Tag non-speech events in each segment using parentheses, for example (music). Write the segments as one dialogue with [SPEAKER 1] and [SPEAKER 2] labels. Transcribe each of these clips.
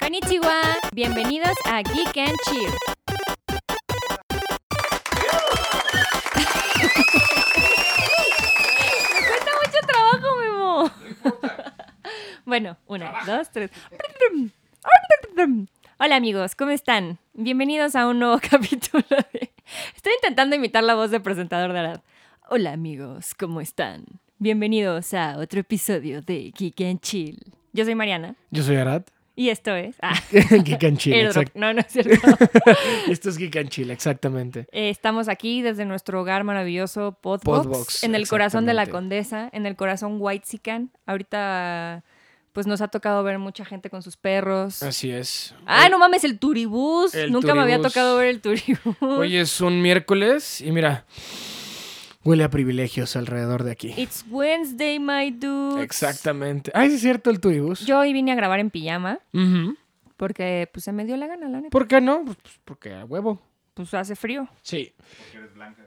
[SPEAKER 1] Konnichiwa. Bienvenidos a Geek and Chill. Me cuesta mucho trabajo, Memo. Bueno, una, dos, tres. Hola amigos, ¿cómo están? Bienvenidos a un nuevo (laughs) capítulo de... Estoy intentando imitar la voz de presentador de Arad. Hola amigos, ¿cómo están? Bienvenidos a otro episodio de Geek and Chill. Yo soy Mariana
[SPEAKER 2] Yo
[SPEAKER 1] (laughs)
[SPEAKER 2] soy Arad.
[SPEAKER 1] y esto es... Ah,
[SPEAKER 2] Geek and Chill,
[SPEAKER 1] airdrop.
[SPEAKER 2] exacto.
[SPEAKER 1] No, no es cierto.
[SPEAKER 2] (laughs) Esto es Geek and Chill, exactamente.
[SPEAKER 1] Eh, Estamos aquí desde nuestro hogar maravilloso, Podbox,
[SPEAKER 2] Podbox,
[SPEAKER 1] en el corazón de la
[SPEAKER 2] exactamente.
[SPEAKER 1] Condesa, en el corazón Whitesican. Ahorita, pues nos ha tocado ver mucha gente con sus perros.
[SPEAKER 2] Así es.
[SPEAKER 1] Ah, no mames, el turibús.
[SPEAKER 2] El
[SPEAKER 1] Nunca me había
[SPEAKER 2] turibús.
[SPEAKER 1] tocado ver el turibús.
[SPEAKER 2] Hoy es un miércoles y mira, huele a privilegios alrededor de aquí.
[SPEAKER 1] It's Wednesday, my dude.
[SPEAKER 2] Exactamente. Ay, sí es cierto el turibus.
[SPEAKER 1] Yo hoy vine a grabar en pijama
[SPEAKER 2] Ujú.
[SPEAKER 1] porque pues se me dio la gana, la neta.
[SPEAKER 2] ¿Por qué no? Pues pues, porque a huevo.
[SPEAKER 1] Pues hace frío.
[SPEAKER 2] Sí.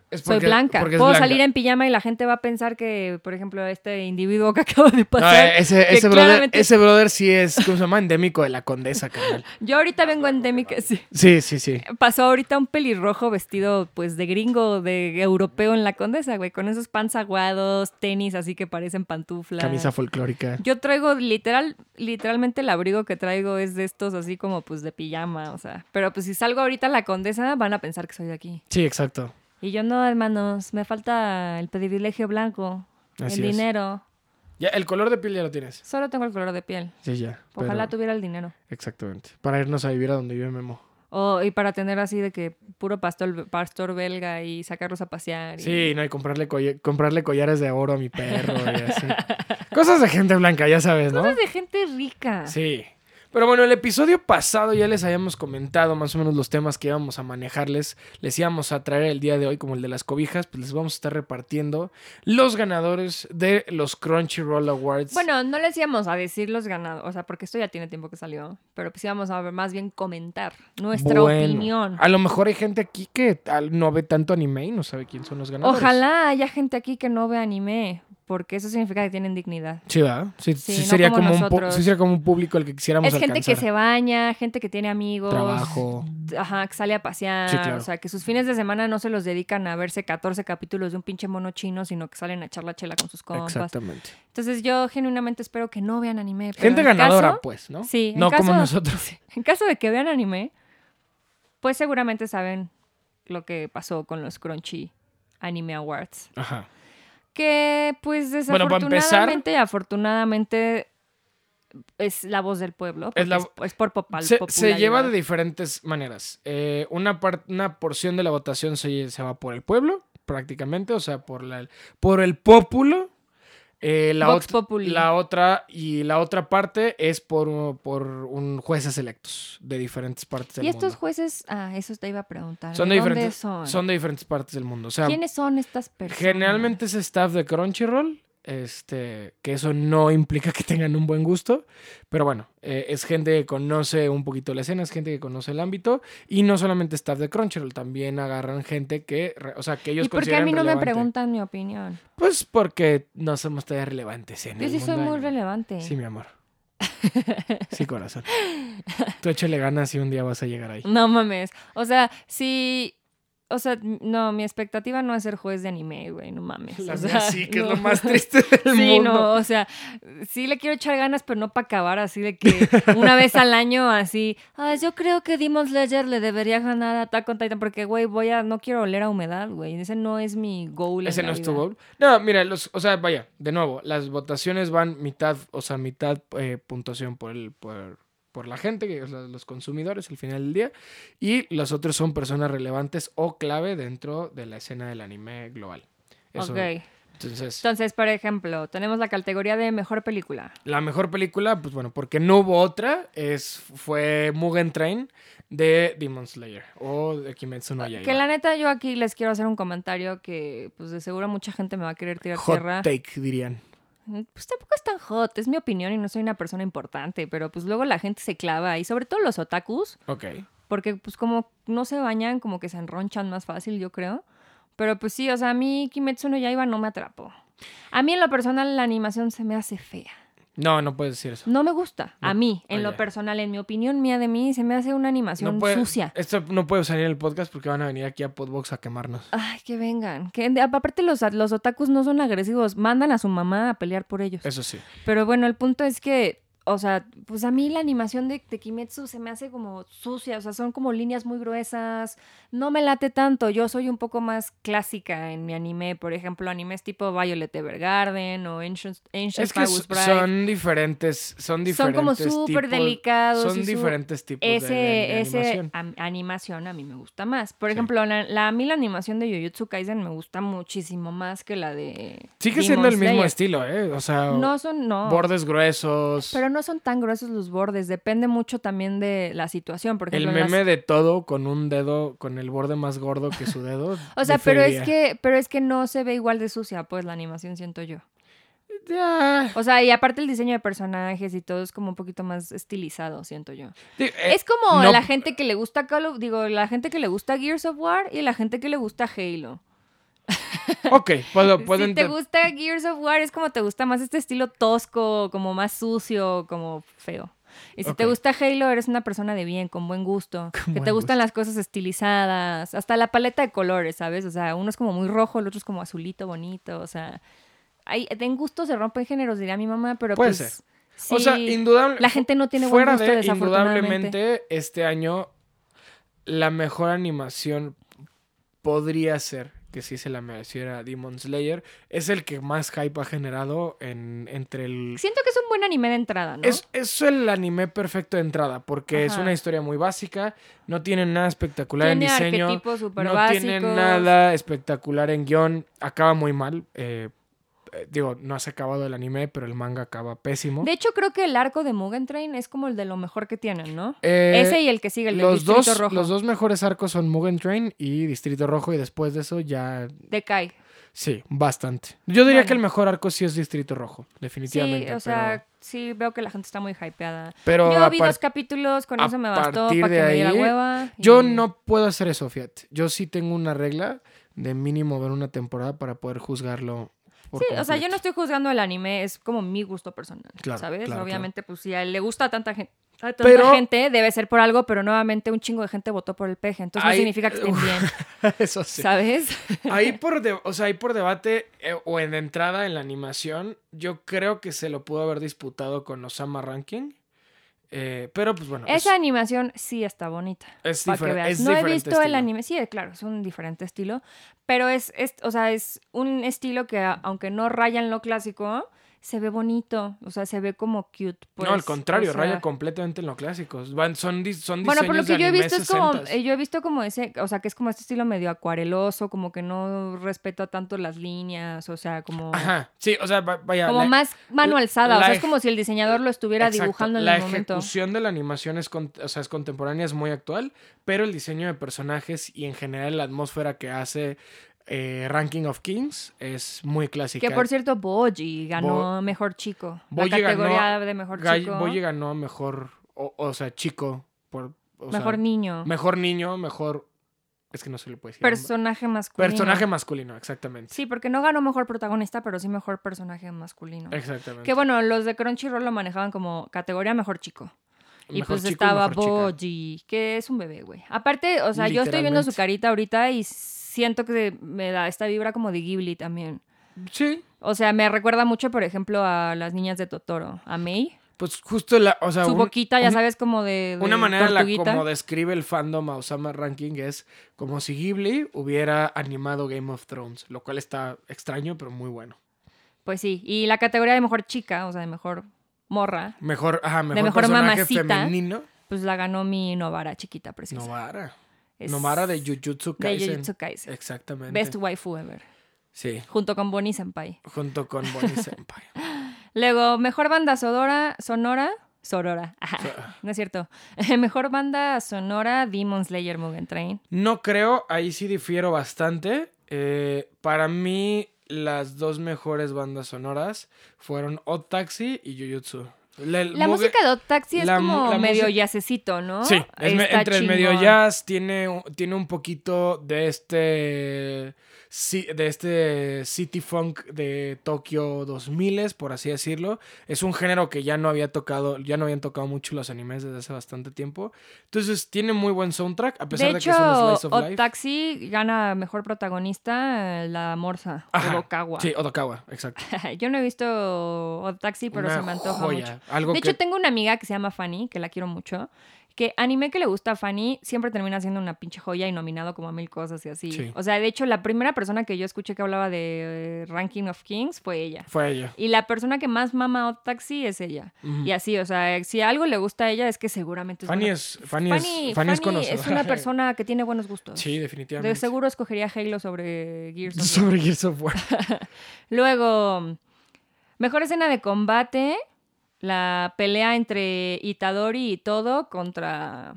[SPEAKER 2] Es
[SPEAKER 1] Soy
[SPEAKER 2] porque-
[SPEAKER 1] blanca.
[SPEAKER 2] porque es
[SPEAKER 1] Puedo
[SPEAKER 2] blanca.
[SPEAKER 1] salir en pijama y la gente va a pensar que, por ejemplo, este individuo que acabo de
[SPEAKER 2] No, eh,
[SPEAKER 1] pasar.
[SPEAKER 2] ese,
[SPEAKER 1] que
[SPEAKER 2] ese, brother,
[SPEAKER 1] claramente-
[SPEAKER 2] ese brother sí es, ¿cómo se llama? Endémico de la condesa, carnal.
[SPEAKER 1] Yo ahorita vengo endémica. Sí.
[SPEAKER 2] Sí, sí, sí.
[SPEAKER 1] Pasó ahorita un pelirrojo vestido pues de gringo, de europeo en la condesa, güey, con esos pants aguados, tenis así que parecen pantuflas.
[SPEAKER 2] Camisa folclórica.
[SPEAKER 1] Yo traigo literal, literalmente el abrigo que traigo es de estos así como pues de pijama, o sea. Pero pues si salgo ahorita a la condesa van a pensar que soy de aquí.
[SPEAKER 2] Sí, exacto.
[SPEAKER 1] Y yo no, hermanos, me falta el privilegio blanco,
[SPEAKER 2] Así
[SPEAKER 1] el
[SPEAKER 2] es.
[SPEAKER 1] dinero.
[SPEAKER 2] Ya, el color de piel ya lo tienes.
[SPEAKER 1] Solo tengo el color de piel.
[SPEAKER 2] Sí, ya.
[SPEAKER 1] Ojalá
[SPEAKER 2] pero-
[SPEAKER 1] tuviera el dinero.
[SPEAKER 2] Exactamente. Para irnos a vivir a donde vive Memo.
[SPEAKER 1] O- y para tener así de que puro pastor, pastor belga y sacarlos a pasear. y-
[SPEAKER 2] Sí, no, y comprarle, colle- comprarle collares de oro a mi perro
[SPEAKER 1] (laughs)
[SPEAKER 2] y así. Cosas de gente blanca, ya sabes, ¿no?
[SPEAKER 1] Cosas de gente rica.
[SPEAKER 2] Sí. Pero bueno, el episodio pasado ya les habíamos comentado más o menos los temas que íbamos a manejarles, les íbamos a traer el día de hoy, como el de las cobijas, pues les vamos a estar repartiendo los ganadores de los Crunchyroll Awards.
[SPEAKER 1] Bueno, no les íbamos a decir los ganados, o sea, porque esto ya tiene tiempo que salió, pero pues íbamos a ver, más bien comentar nuestra
[SPEAKER 2] Bueno,
[SPEAKER 1] opinión.
[SPEAKER 2] A lo mejor hay gente aquí que tal, no ve tanto anime y no sabe quién son los ganadores.
[SPEAKER 1] Ojalá haya gente aquí que no ve anime, porque eso significa que tienen dignidad.
[SPEAKER 2] Sí, ¿verdad? Sí,
[SPEAKER 1] Sí,
[SPEAKER 2] sí
[SPEAKER 1] no
[SPEAKER 2] sería,
[SPEAKER 1] como
[SPEAKER 2] como un pu-
[SPEAKER 1] nosotros.
[SPEAKER 2] sí sería como un público al que quisiéramos
[SPEAKER 1] es gente que
[SPEAKER 2] alcanzar.
[SPEAKER 1] se baña, gente que tiene amigos,
[SPEAKER 2] Trabajo.
[SPEAKER 1] ajá, que sale a pasear,
[SPEAKER 2] Sí, claro.
[SPEAKER 1] o sea, que sus fines de semana no se los dedican a verse 14 capítulos de un pinche mono chino, sino que salen a echar la chela con sus compas.
[SPEAKER 2] Exactamente.
[SPEAKER 1] Entonces yo genuinamente espero que no vean anime. pero
[SPEAKER 2] Gente
[SPEAKER 1] en caso-
[SPEAKER 2] ganadora, pues, ¿no?
[SPEAKER 1] Sí, en
[SPEAKER 2] No como
[SPEAKER 1] caso- (laughs)
[SPEAKER 2] nosotros.
[SPEAKER 1] En caso de que vean anime, pues seguramente saben lo que pasó con los Crunchy Anime Awards.
[SPEAKER 2] Ajá.
[SPEAKER 1] Que pues
[SPEAKER 2] Bueno, para empezar-
[SPEAKER 1] desafortunadamente y afortunadamente es la voz del pueblo. porque
[SPEAKER 2] Es
[SPEAKER 1] Es,
[SPEAKER 2] la-
[SPEAKER 1] es por popal,
[SPEAKER 2] Se, se lleva
[SPEAKER 1] popularidad.
[SPEAKER 2] de diferentes maneras. Eh, una, par- una porción de la votación se, se va por el pueblo, prácticamente, o sea, por, la, por el pópulo. Eh, la,
[SPEAKER 1] Vox
[SPEAKER 2] ot-
[SPEAKER 1] populi.
[SPEAKER 2] la otra y la otra parte es por, por un jueces electos de diferentes partes del
[SPEAKER 1] Y estos
[SPEAKER 2] mundo.
[SPEAKER 1] jueces, ah, eso te iba a preguntar.
[SPEAKER 2] Son de
[SPEAKER 1] ¿de dónde
[SPEAKER 2] diferentes,
[SPEAKER 1] son?
[SPEAKER 2] son de diferentes partes del mundo. O sea,
[SPEAKER 1] ¿Quiénes son estas personas?
[SPEAKER 2] Generalmente es staff de Crunchyroll, este, que eso no (laughs) implica que tengan un buen gusto, pero bueno, eh, es gente que conoce un poquito la escena, es gente que conoce el ámbito, y no solamente staff de Crunchyroll, también agarran gente que, re- o sea, que ellos
[SPEAKER 1] ¿Y por qué a mí no
[SPEAKER 2] consideran
[SPEAKER 1] me
[SPEAKER 2] relevante.
[SPEAKER 1] preguntan mi opinión?
[SPEAKER 2] Pues porque no somos todavía relevantes en
[SPEAKER 1] Yo
[SPEAKER 2] el
[SPEAKER 1] sí soy
[SPEAKER 2] mundo
[SPEAKER 1] muy
[SPEAKER 2] del-
[SPEAKER 1] relevante.
[SPEAKER 2] Sí,
[SPEAKER 1] (laughs)
[SPEAKER 2] mi amor. Sí, corazón. Tú échale ganas y un día vas a
[SPEAKER 1] (laughs)
[SPEAKER 2] llegar ahí.
[SPEAKER 1] No mames. O sea, sí. O sea, no, mi expectativa no es ser juez de anime, güey, no mames.
[SPEAKER 2] La
[SPEAKER 1] o
[SPEAKER 2] mía
[SPEAKER 1] sea,
[SPEAKER 2] sí,
[SPEAKER 1] (laughs)
[SPEAKER 2] que
[SPEAKER 1] no.
[SPEAKER 2] es lo más triste del
[SPEAKER 1] Sí,
[SPEAKER 2] mundo.
[SPEAKER 1] no, o sea, sí le quiero echar ganas, pero no para acabar así de que una vez al año así, ah, yo creo que Demon Slayer le debería ganar a Attack on Titan porque, güey, voy a, no quiero oler a humedad, güey, ese no es mi goal. en
[SPEAKER 2] Ese
[SPEAKER 1] la
[SPEAKER 2] no es
[SPEAKER 1] vida.
[SPEAKER 2] tu goal. No, mira, los, o sea, vaya, de nuevo, las votaciones van mitad, o sea, mitad eh, puntuación por el, por, por la gente, que, o sea, los consumidores al final del día, y los otros son personas relevantes o clave dentro de la escena del anime global. Eso,
[SPEAKER 1] Ok,
[SPEAKER 2] Entonces,
[SPEAKER 1] entonces, por ejemplo, tenemos la categoría de mejor película.
[SPEAKER 2] la mejor película, pues bueno, porque no hubo otra, es, fue Mugen Train de Demon Slayer o de Kimetsu no Yaiba.
[SPEAKER 1] Ah, Que la neta yo aquí les quiero hacer un comentario que pues de seguro mucha gente me va a querer tirar
[SPEAKER 2] Hot
[SPEAKER 1] tierra.
[SPEAKER 2] take, dirían.
[SPEAKER 1] Pues tampoco es tan hot, es mi opinión y no soy una persona importante, pero pues luego la gente se clava y sobre todo los otakus,
[SPEAKER 2] Ok.
[SPEAKER 1] porque pues como no se bañan, como que se enronchan más fácil, yo creo. Pero pues sí, o sea, a mí Kimetsu no Yaiba no me atrapó. A mí en lo personal la animación se me hace fea.
[SPEAKER 2] No, no puedes decir eso.
[SPEAKER 1] No me gusta. A
[SPEAKER 2] No.
[SPEAKER 1] mí, en
[SPEAKER 2] Ah,
[SPEAKER 1] lo
[SPEAKER 2] ya.
[SPEAKER 1] personal, en mi opinión mía de mí, se me hace una animación
[SPEAKER 2] No puede-
[SPEAKER 1] sucia.
[SPEAKER 2] Esto no puede salir en el podcast porque van a venir aquí a Podbox a quemarnos.
[SPEAKER 1] Ay, que vengan. Que, de- aparte, los, los otakus no son agresivos. Mandan a su mamá a pelear por ellos.
[SPEAKER 2] Eso sí.
[SPEAKER 1] Pero bueno, el punto es que, o sea, pues a mí la animación de, de Kimetsu se me hace como sucia. O sea, son como líneas muy gruesas. No me late tanto. Yo soy un poco más clásica en mi anime. Por ejemplo, animes tipo Violet Evergarden o Ancient, Ancient
[SPEAKER 2] Es que
[SPEAKER 1] Fabulous
[SPEAKER 2] so-
[SPEAKER 1] Bride.
[SPEAKER 2] son diferentes, son
[SPEAKER 1] Son
[SPEAKER 2] diferentes
[SPEAKER 1] como súper
[SPEAKER 2] tipos-
[SPEAKER 1] delicados.
[SPEAKER 2] Son
[SPEAKER 1] y su-
[SPEAKER 2] diferentes tipos Pues, de-
[SPEAKER 1] ese,
[SPEAKER 2] de,
[SPEAKER 1] ese
[SPEAKER 2] de animación.
[SPEAKER 1] am- animación a mí me gusta más. Por
[SPEAKER 2] Sí.
[SPEAKER 1] ejemplo, la, la- a mí la animación de Jujutsu Kaisen me gusta muchísimo más que la de.
[SPEAKER 2] Sigue
[SPEAKER 1] Demon
[SPEAKER 2] siendo el mismo
[SPEAKER 1] Slayer.
[SPEAKER 2] estilo, ¿eh? O sea,
[SPEAKER 1] No son, no.
[SPEAKER 2] bordes gruesos.
[SPEAKER 1] Pero no son tan gruesos los bordes. Depende mucho también de la situación. Por
[SPEAKER 2] el
[SPEAKER 1] ejemplo, en las-
[SPEAKER 2] meme de todo con un dedo, con el borde más gordo que su dedo.
[SPEAKER 1] (laughs) O sea, pero es
[SPEAKER 2] diferiría.
[SPEAKER 1] que, pero es que no se ve igual de sucia, pues, la animación, siento yo.
[SPEAKER 2] Ya.
[SPEAKER 1] O sea, y aparte el diseño de personajes y todo es como un poquito más estilizado, siento yo.
[SPEAKER 2] Digo, eh,
[SPEAKER 1] Es como
[SPEAKER 2] no-
[SPEAKER 1] la gente que le gusta Call of- digo, la gente que le gusta Gears of War y la gente que le gusta Halo.
[SPEAKER 2] Ok, puedo, puedo
[SPEAKER 1] (laughs) si te
[SPEAKER 2] ente-
[SPEAKER 1] gusta Gears of War es como te gusta más este estilo tosco, como más sucio, como feo. Y si te
[SPEAKER 2] Ok.
[SPEAKER 1] gusta Halo, eres una persona de bien, con buen gusto,
[SPEAKER 2] (laughs)
[SPEAKER 1] que
[SPEAKER 2] buen
[SPEAKER 1] te gustan las cosas estilizadas, hasta la paleta de colores, ¿sabes? O sea, uno es como muy rojo, el otro es como azulito, bonito, o sea, hay, en gusto se rompen géneros, diría mi mamá, pero
[SPEAKER 2] Puede
[SPEAKER 1] pues...
[SPEAKER 2] ser.
[SPEAKER 1] Sí,
[SPEAKER 2] O sea, indudable.
[SPEAKER 1] la gente no tiene
[SPEAKER 2] fuera
[SPEAKER 1] buen gusto,
[SPEAKER 2] de,
[SPEAKER 1] desafortunadamente.
[SPEAKER 2] indudablemente, este año la mejor animación podría ser que sí se la mereciera Demon Slayer. Es el que más hype ha generado en, entre el...
[SPEAKER 1] Siento que es un buen anime de entrada, ¿no?
[SPEAKER 2] Es, es el anime perfecto de entrada, porque es
[SPEAKER 1] Ajá.
[SPEAKER 2] una historia muy básica, no tiene nada espectacular
[SPEAKER 1] tiene
[SPEAKER 2] en diseño.
[SPEAKER 1] arquetipos súper
[SPEAKER 2] no
[SPEAKER 1] básicos.
[SPEAKER 2] tiene nada espectacular en guión. Acaba muy mal. eh, eh, digo, no has acabado el anime, pero el manga acaba pésimo.
[SPEAKER 1] De hecho, creo que el arco de Mugen Train es como el de lo mejor que tienen, ¿no?
[SPEAKER 2] Eh,
[SPEAKER 1] Ese y el que sigue, el del
[SPEAKER 2] los,
[SPEAKER 1] Distrito
[SPEAKER 2] dos,
[SPEAKER 1] Rojo.
[SPEAKER 2] los dos mejores arcos son Mugen Train y Distrito Rojo. Y después de eso ya...
[SPEAKER 1] Decae.
[SPEAKER 2] Sí, bastante. Yo diría
[SPEAKER 1] Bueno.
[SPEAKER 2] que el mejor arco sí es Distrito Rojo,
[SPEAKER 1] Sí,
[SPEAKER 2] definitivamente.
[SPEAKER 1] o sea, sí veo que la gente está muy hypeada.
[SPEAKER 2] pero, pero
[SPEAKER 1] Yo
[SPEAKER 2] a
[SPEAKER 1] vi
[SPEAKER 2] par-
[SPEAKER 1] dos capítulos, con
[SPEAKER 2] a
[SPEAKER 1] eso me bastó
[SPEAKER 2] partir
[SPEAKER 1] para que Mm.
[SPEAKER 2] de
[SPEAKER 1] me diera
[SPEAKER 2] ahí,
[SPEAKER 1] hueva. y-
[SPEAKER 2] Yo no puedo hacer eso, fíjate. Yo sí tengo una regla de mínimo ver una temporada para poder juzgarlo. por
[SPEAKER 1] Sí, o sea, yo
[SPEAKER 2] completo.
[SPEAKER 1] no estoy juzgando el anime, es como mi gusto personal,
[SPEAKER 2] Claro,
[SPEAKER 1] ¿sabes?
[SPEAKER 2] claro,
[SPEAKER 1] Obviamente, pues si a él le gusta a tanta gente, a tanta
[SPEAKER 2] Pero-
[SPEAKER 1] gente, debe ser por algo, pero nuevamente un chingo de gente votó por el peje, entonces no
[SPEAKER 2] Ay,
[SPEAKER 1] significa que estén
[SPEAKER 2] (laughs) uf.
[SPEAKER 1] bien,
[SPEAKER 2] Eso sí.
[SPEAKER 1] ¿sabes?
[SPEAKER 2] Ahí por, de- o sea, ahí por debate eh, o en entrada en la animación, yo creo que se lo pudo haber disputado con Osama Ranking. Eh, pero pues bueno,
[SPEAKER 1] Esa animación sí está bonita.
[SPEAKER 2] es, es
[SPEAKER 1] Pa' que
[SPEAKER 2] diferen-
[SPEAKER 1] veas.
[SPEAKER 2] es
[SPEAKER 1] no he
[SPEAKER 2] diferente
[SPEAKER 1] visto el
[SPEAKER 2] estilo.
[SPEAKER 1] anime. Sí, claro, es un diferente estilo. Pero es, es- o sea, es un estilo que, a- aunque no raya en lo clásico, se ve bonito. O sea, se ve como cute. pues,
[SPEAKER 2] no, al contrario,
[SPEAKER 1] o sea.
[SPEAKER 2] raya completamente en los clásicos. Van, son, dis- son diseños
[SPEAKER 1] Bueno, por lo que
[SPEAKER 2] de
[SPEAKER 1] yo he
[SPEAKER 2] anime
[SPEAKER 1] visto es como,
[SPEAKER 2] 60s.
[SPEAKER 1] eh, yo he visto como ese, o sea, que es como este estilo medio acuareloso, como que no respeta tanto las líneas, o sea, como,
[SPEAKER 2] Ajá, sí, o sea, va- vaya.
[SPEAKER 1] como
[SPEAKER 2] la-
[SPEAKER 1] más mano
[SPEAKER 2] la-
[SPEAKER 1] alzada, o
[SPEAKER 2] la
[SPEAKER 1] sea, es
[SPEAKER 2] ej-
[SPEAKER 1] como si el diseñador lo estuviera
[SPEAKER 2] Exacto.
[SPEAKER 1] dibujando en
[SPEAKER 2] la
[SPEAKER 1] el momento.
[SPEAKER 2] ejecución de la animación es, con- o sea, es contemporánea, es muy actual, pero el diseño de personajes y en general la atmósfera que hace eh, Ranking of Kings es muy clásica.
[SPEAKER 1] Que por cierto, Boji ganó Mejor Chico,
[SPEAKER 2] Boji
[SPEAKER 1] la
[SPEAKER 2] ganó-
[SPEAKER 1] categoría de Mejor
[SPEAKER 2] Gall-
[SPEAKER 1] Chico,
[SPEAKER 2] Boye ganó a mejor, o, o sea, chico, por, o sea,
[SPEAKER 1] Mejor Niño.
[SPEAKER 2] mejor niño, mejor... Es que no se le puede decir. hombre.
[SPEAKER 1] Personaje masculino.
[SPEAKER 2] Personaje masculino, exactamente.
[SPEAKER 1] Sí, porque no ganó mejor protagonista, pero sí mejor personaje masculino.
[SPEAKER 2] Exactamente.
[SPEAKER 1] Que bueno, los de Crunchyroll lo manejaban como categoría mejor chico. Y
[SPEAKER 2] Mejor
[SPEAKER 1] pues
[SPEAKER 2] chico y
[SPEAKER 1] estaba
[SPEAKER 2] mejor
[SPEAKER 1] Boji,
[SPEAKER 2] chica.
[SPEAKER 1] que es un bebé, güey. Aparte, o sea, yo estoy viendo su
[SPEAKER 2] Literalmente.
[SPEAKER 1] carita ahorita y siento que me da esta vibra como de Ghibli también.
[SPEAKER 2] Sí,
[SPEAKER 1] O sea, me recuerda mucho, por ejemplo, a las niñas de Totoro, a Mei.
[SPEAKER 2] pues justo la... O sea,
[SPEAKER 1] Su
[SPEAKER 2] un-
[SPEAKER 1] boquita, ya
[SPEAKER 2] un-
[SPEAKER 1] sabes, como de, de
[SPEAKER 2] Una manera en la
[SPEAKER 1] tortuguita.
[SPEAKER 2] como describe el fandom a Osama Ranking es como si Ghibli hubiera animado Game of Thrones, lo cual está extraño, pero muy bueno.
[SPEAKER 1] Pues sí, y la categoría de mejor chica, o sea, de mejor morra,
[SPEAKER 2] Mejor, ajá, mejor,
[SPEAKER 1] mejor
[SPEAKER 2] personaje
[SPEAKER 1] mamacita.
[SPEAKER 2] femenino.
[SPEAKER 1] pues la ganó mi Novara chiquita preciosa.
[SPEAKER 2] Novara.
[SPEAKER 1] Es-
[SPEAKER 2] Novara de Jujutsu
[SPEAKER 1] de
[SPEAKER 2] Kaisen.
[SPEAKER 1] Jujutsu Kaisen.
[SPEAKER 2] Exactamente.
[SPEAKER 1] Best waifu ever.
[SPEAKER 2] Sí,
[SPEAKER 1] Junto con Bonnie Senpai.
[SPEAKER 2] junto con
[SPEAKER 1] (laughs)
[SPEAKER 2] Bonnie Senpai.
[SPEAKER 1] Luego, mejor banda sonora, sonora, sorora. Ajá, no es cierto. (laughs) mejor banda sonora, Demon Slayer Mugen Train.
[SPEAKER 2] No creo, ahí sí difiero bastante. Eh, para mí, las dos mejores bandas sonoras fueron Odd Taxi y Jujutsu. La,
[SPEAKER 1] La
[SPEAKER 2] mugre-
[SPEAKER 1] música de Otaxi es
[SPEAKER 2] la mu-
[SPEAKER 1] como
[SPEAKER 2] la
[SPEAKER 1] medio
[SPEAKER 2] música-
[SPEAKER 1] yacecito, ¿no?
[SPEAKER 2] Sí, es me-
[SPEAKER 1] Está
[SPEAKER 2] entre el medio
[SPEAKER 1] chingón.
[SPEAKER 2] jazz tiene, un- tiene un poquito de este ci- de este city funk de Tokio 2000 por así decirlo. Es un género que ya no había tocado, ya no habían tocado mucho los animes desde hace bastante tiempo. Entonces, tiene muy buen soundtrack a pesar
[SPEAKER 1] De
[SPEAKER 2] de, que es un
[SPEAKER 1] hecho,
[SPEAKER 2] slice of life.
[SPEAKER 1] Otaxi gana mejor protagonista eh, la morsa,
[SPEAKER 2] Ajá,
[SPEAKER 1] Odokawa.
[SPEAKER 2] Sí, Otokawa, exacto.
[SPEAKER 1] (laughs) Yo no he visto Otaxi, pero
[SPEAKER 2] Una
[SPEAKER 1] se me antoja
[SPEAKER 2] joya,
[SPEAKER 1] mucho.
[SPEAKER 2] Algo
[SPEAKER 1] De
[SPEAKER 2] que
[SPEAKER 1] hecho, tengo una amiga que se llama Fanny, que la quiero mucho, que anime que le gusta a Fanny siempre termina siendo una pinche joya y nominado como a mil cosas y así.
[SPEAKER 2] Sí.
[SPEAKER 1] O sea, de hecho, la primera persona que yo escuché que hablaba de eh, Ranking of Kings fue ella.
[SPEAKER 2] fue ella.
[SPEAKER 1] Y la persona que más mama a Taxi es ella.
[SPEAKER 2] Ujú.
[SPEAKER 1] Y así, o sea, si algo le gusta a ella es que seguramente es
[SPEAKER 2] Mm. Fanny
[SPEAKER 1] buena-
[SPEAKER 2] es Fanny,
[SPEAKER 1] Fanny-
[SPEAKER 2] es Fanny es
[SPEAKER 1] Fanny
[SPEAKER 2] conocedora.
[SPEAKER 1] es
[SPEAKER 2] (laughs)
[SPEAKER 1] una persona que tiene buenos gustos.
[SPEAKER 2] Sí, definitivamente.
[SPEAKER 1] De
[SPEAKER 2] (laughs)
[SPEAKER 1] seguro escogería Halo sobre Gears. of War.
[SPEAKER 2] sobre Gears of War.
[SPEAKER 1] Luego, mejor escena de combate, la pelea entre Itadori y todo contra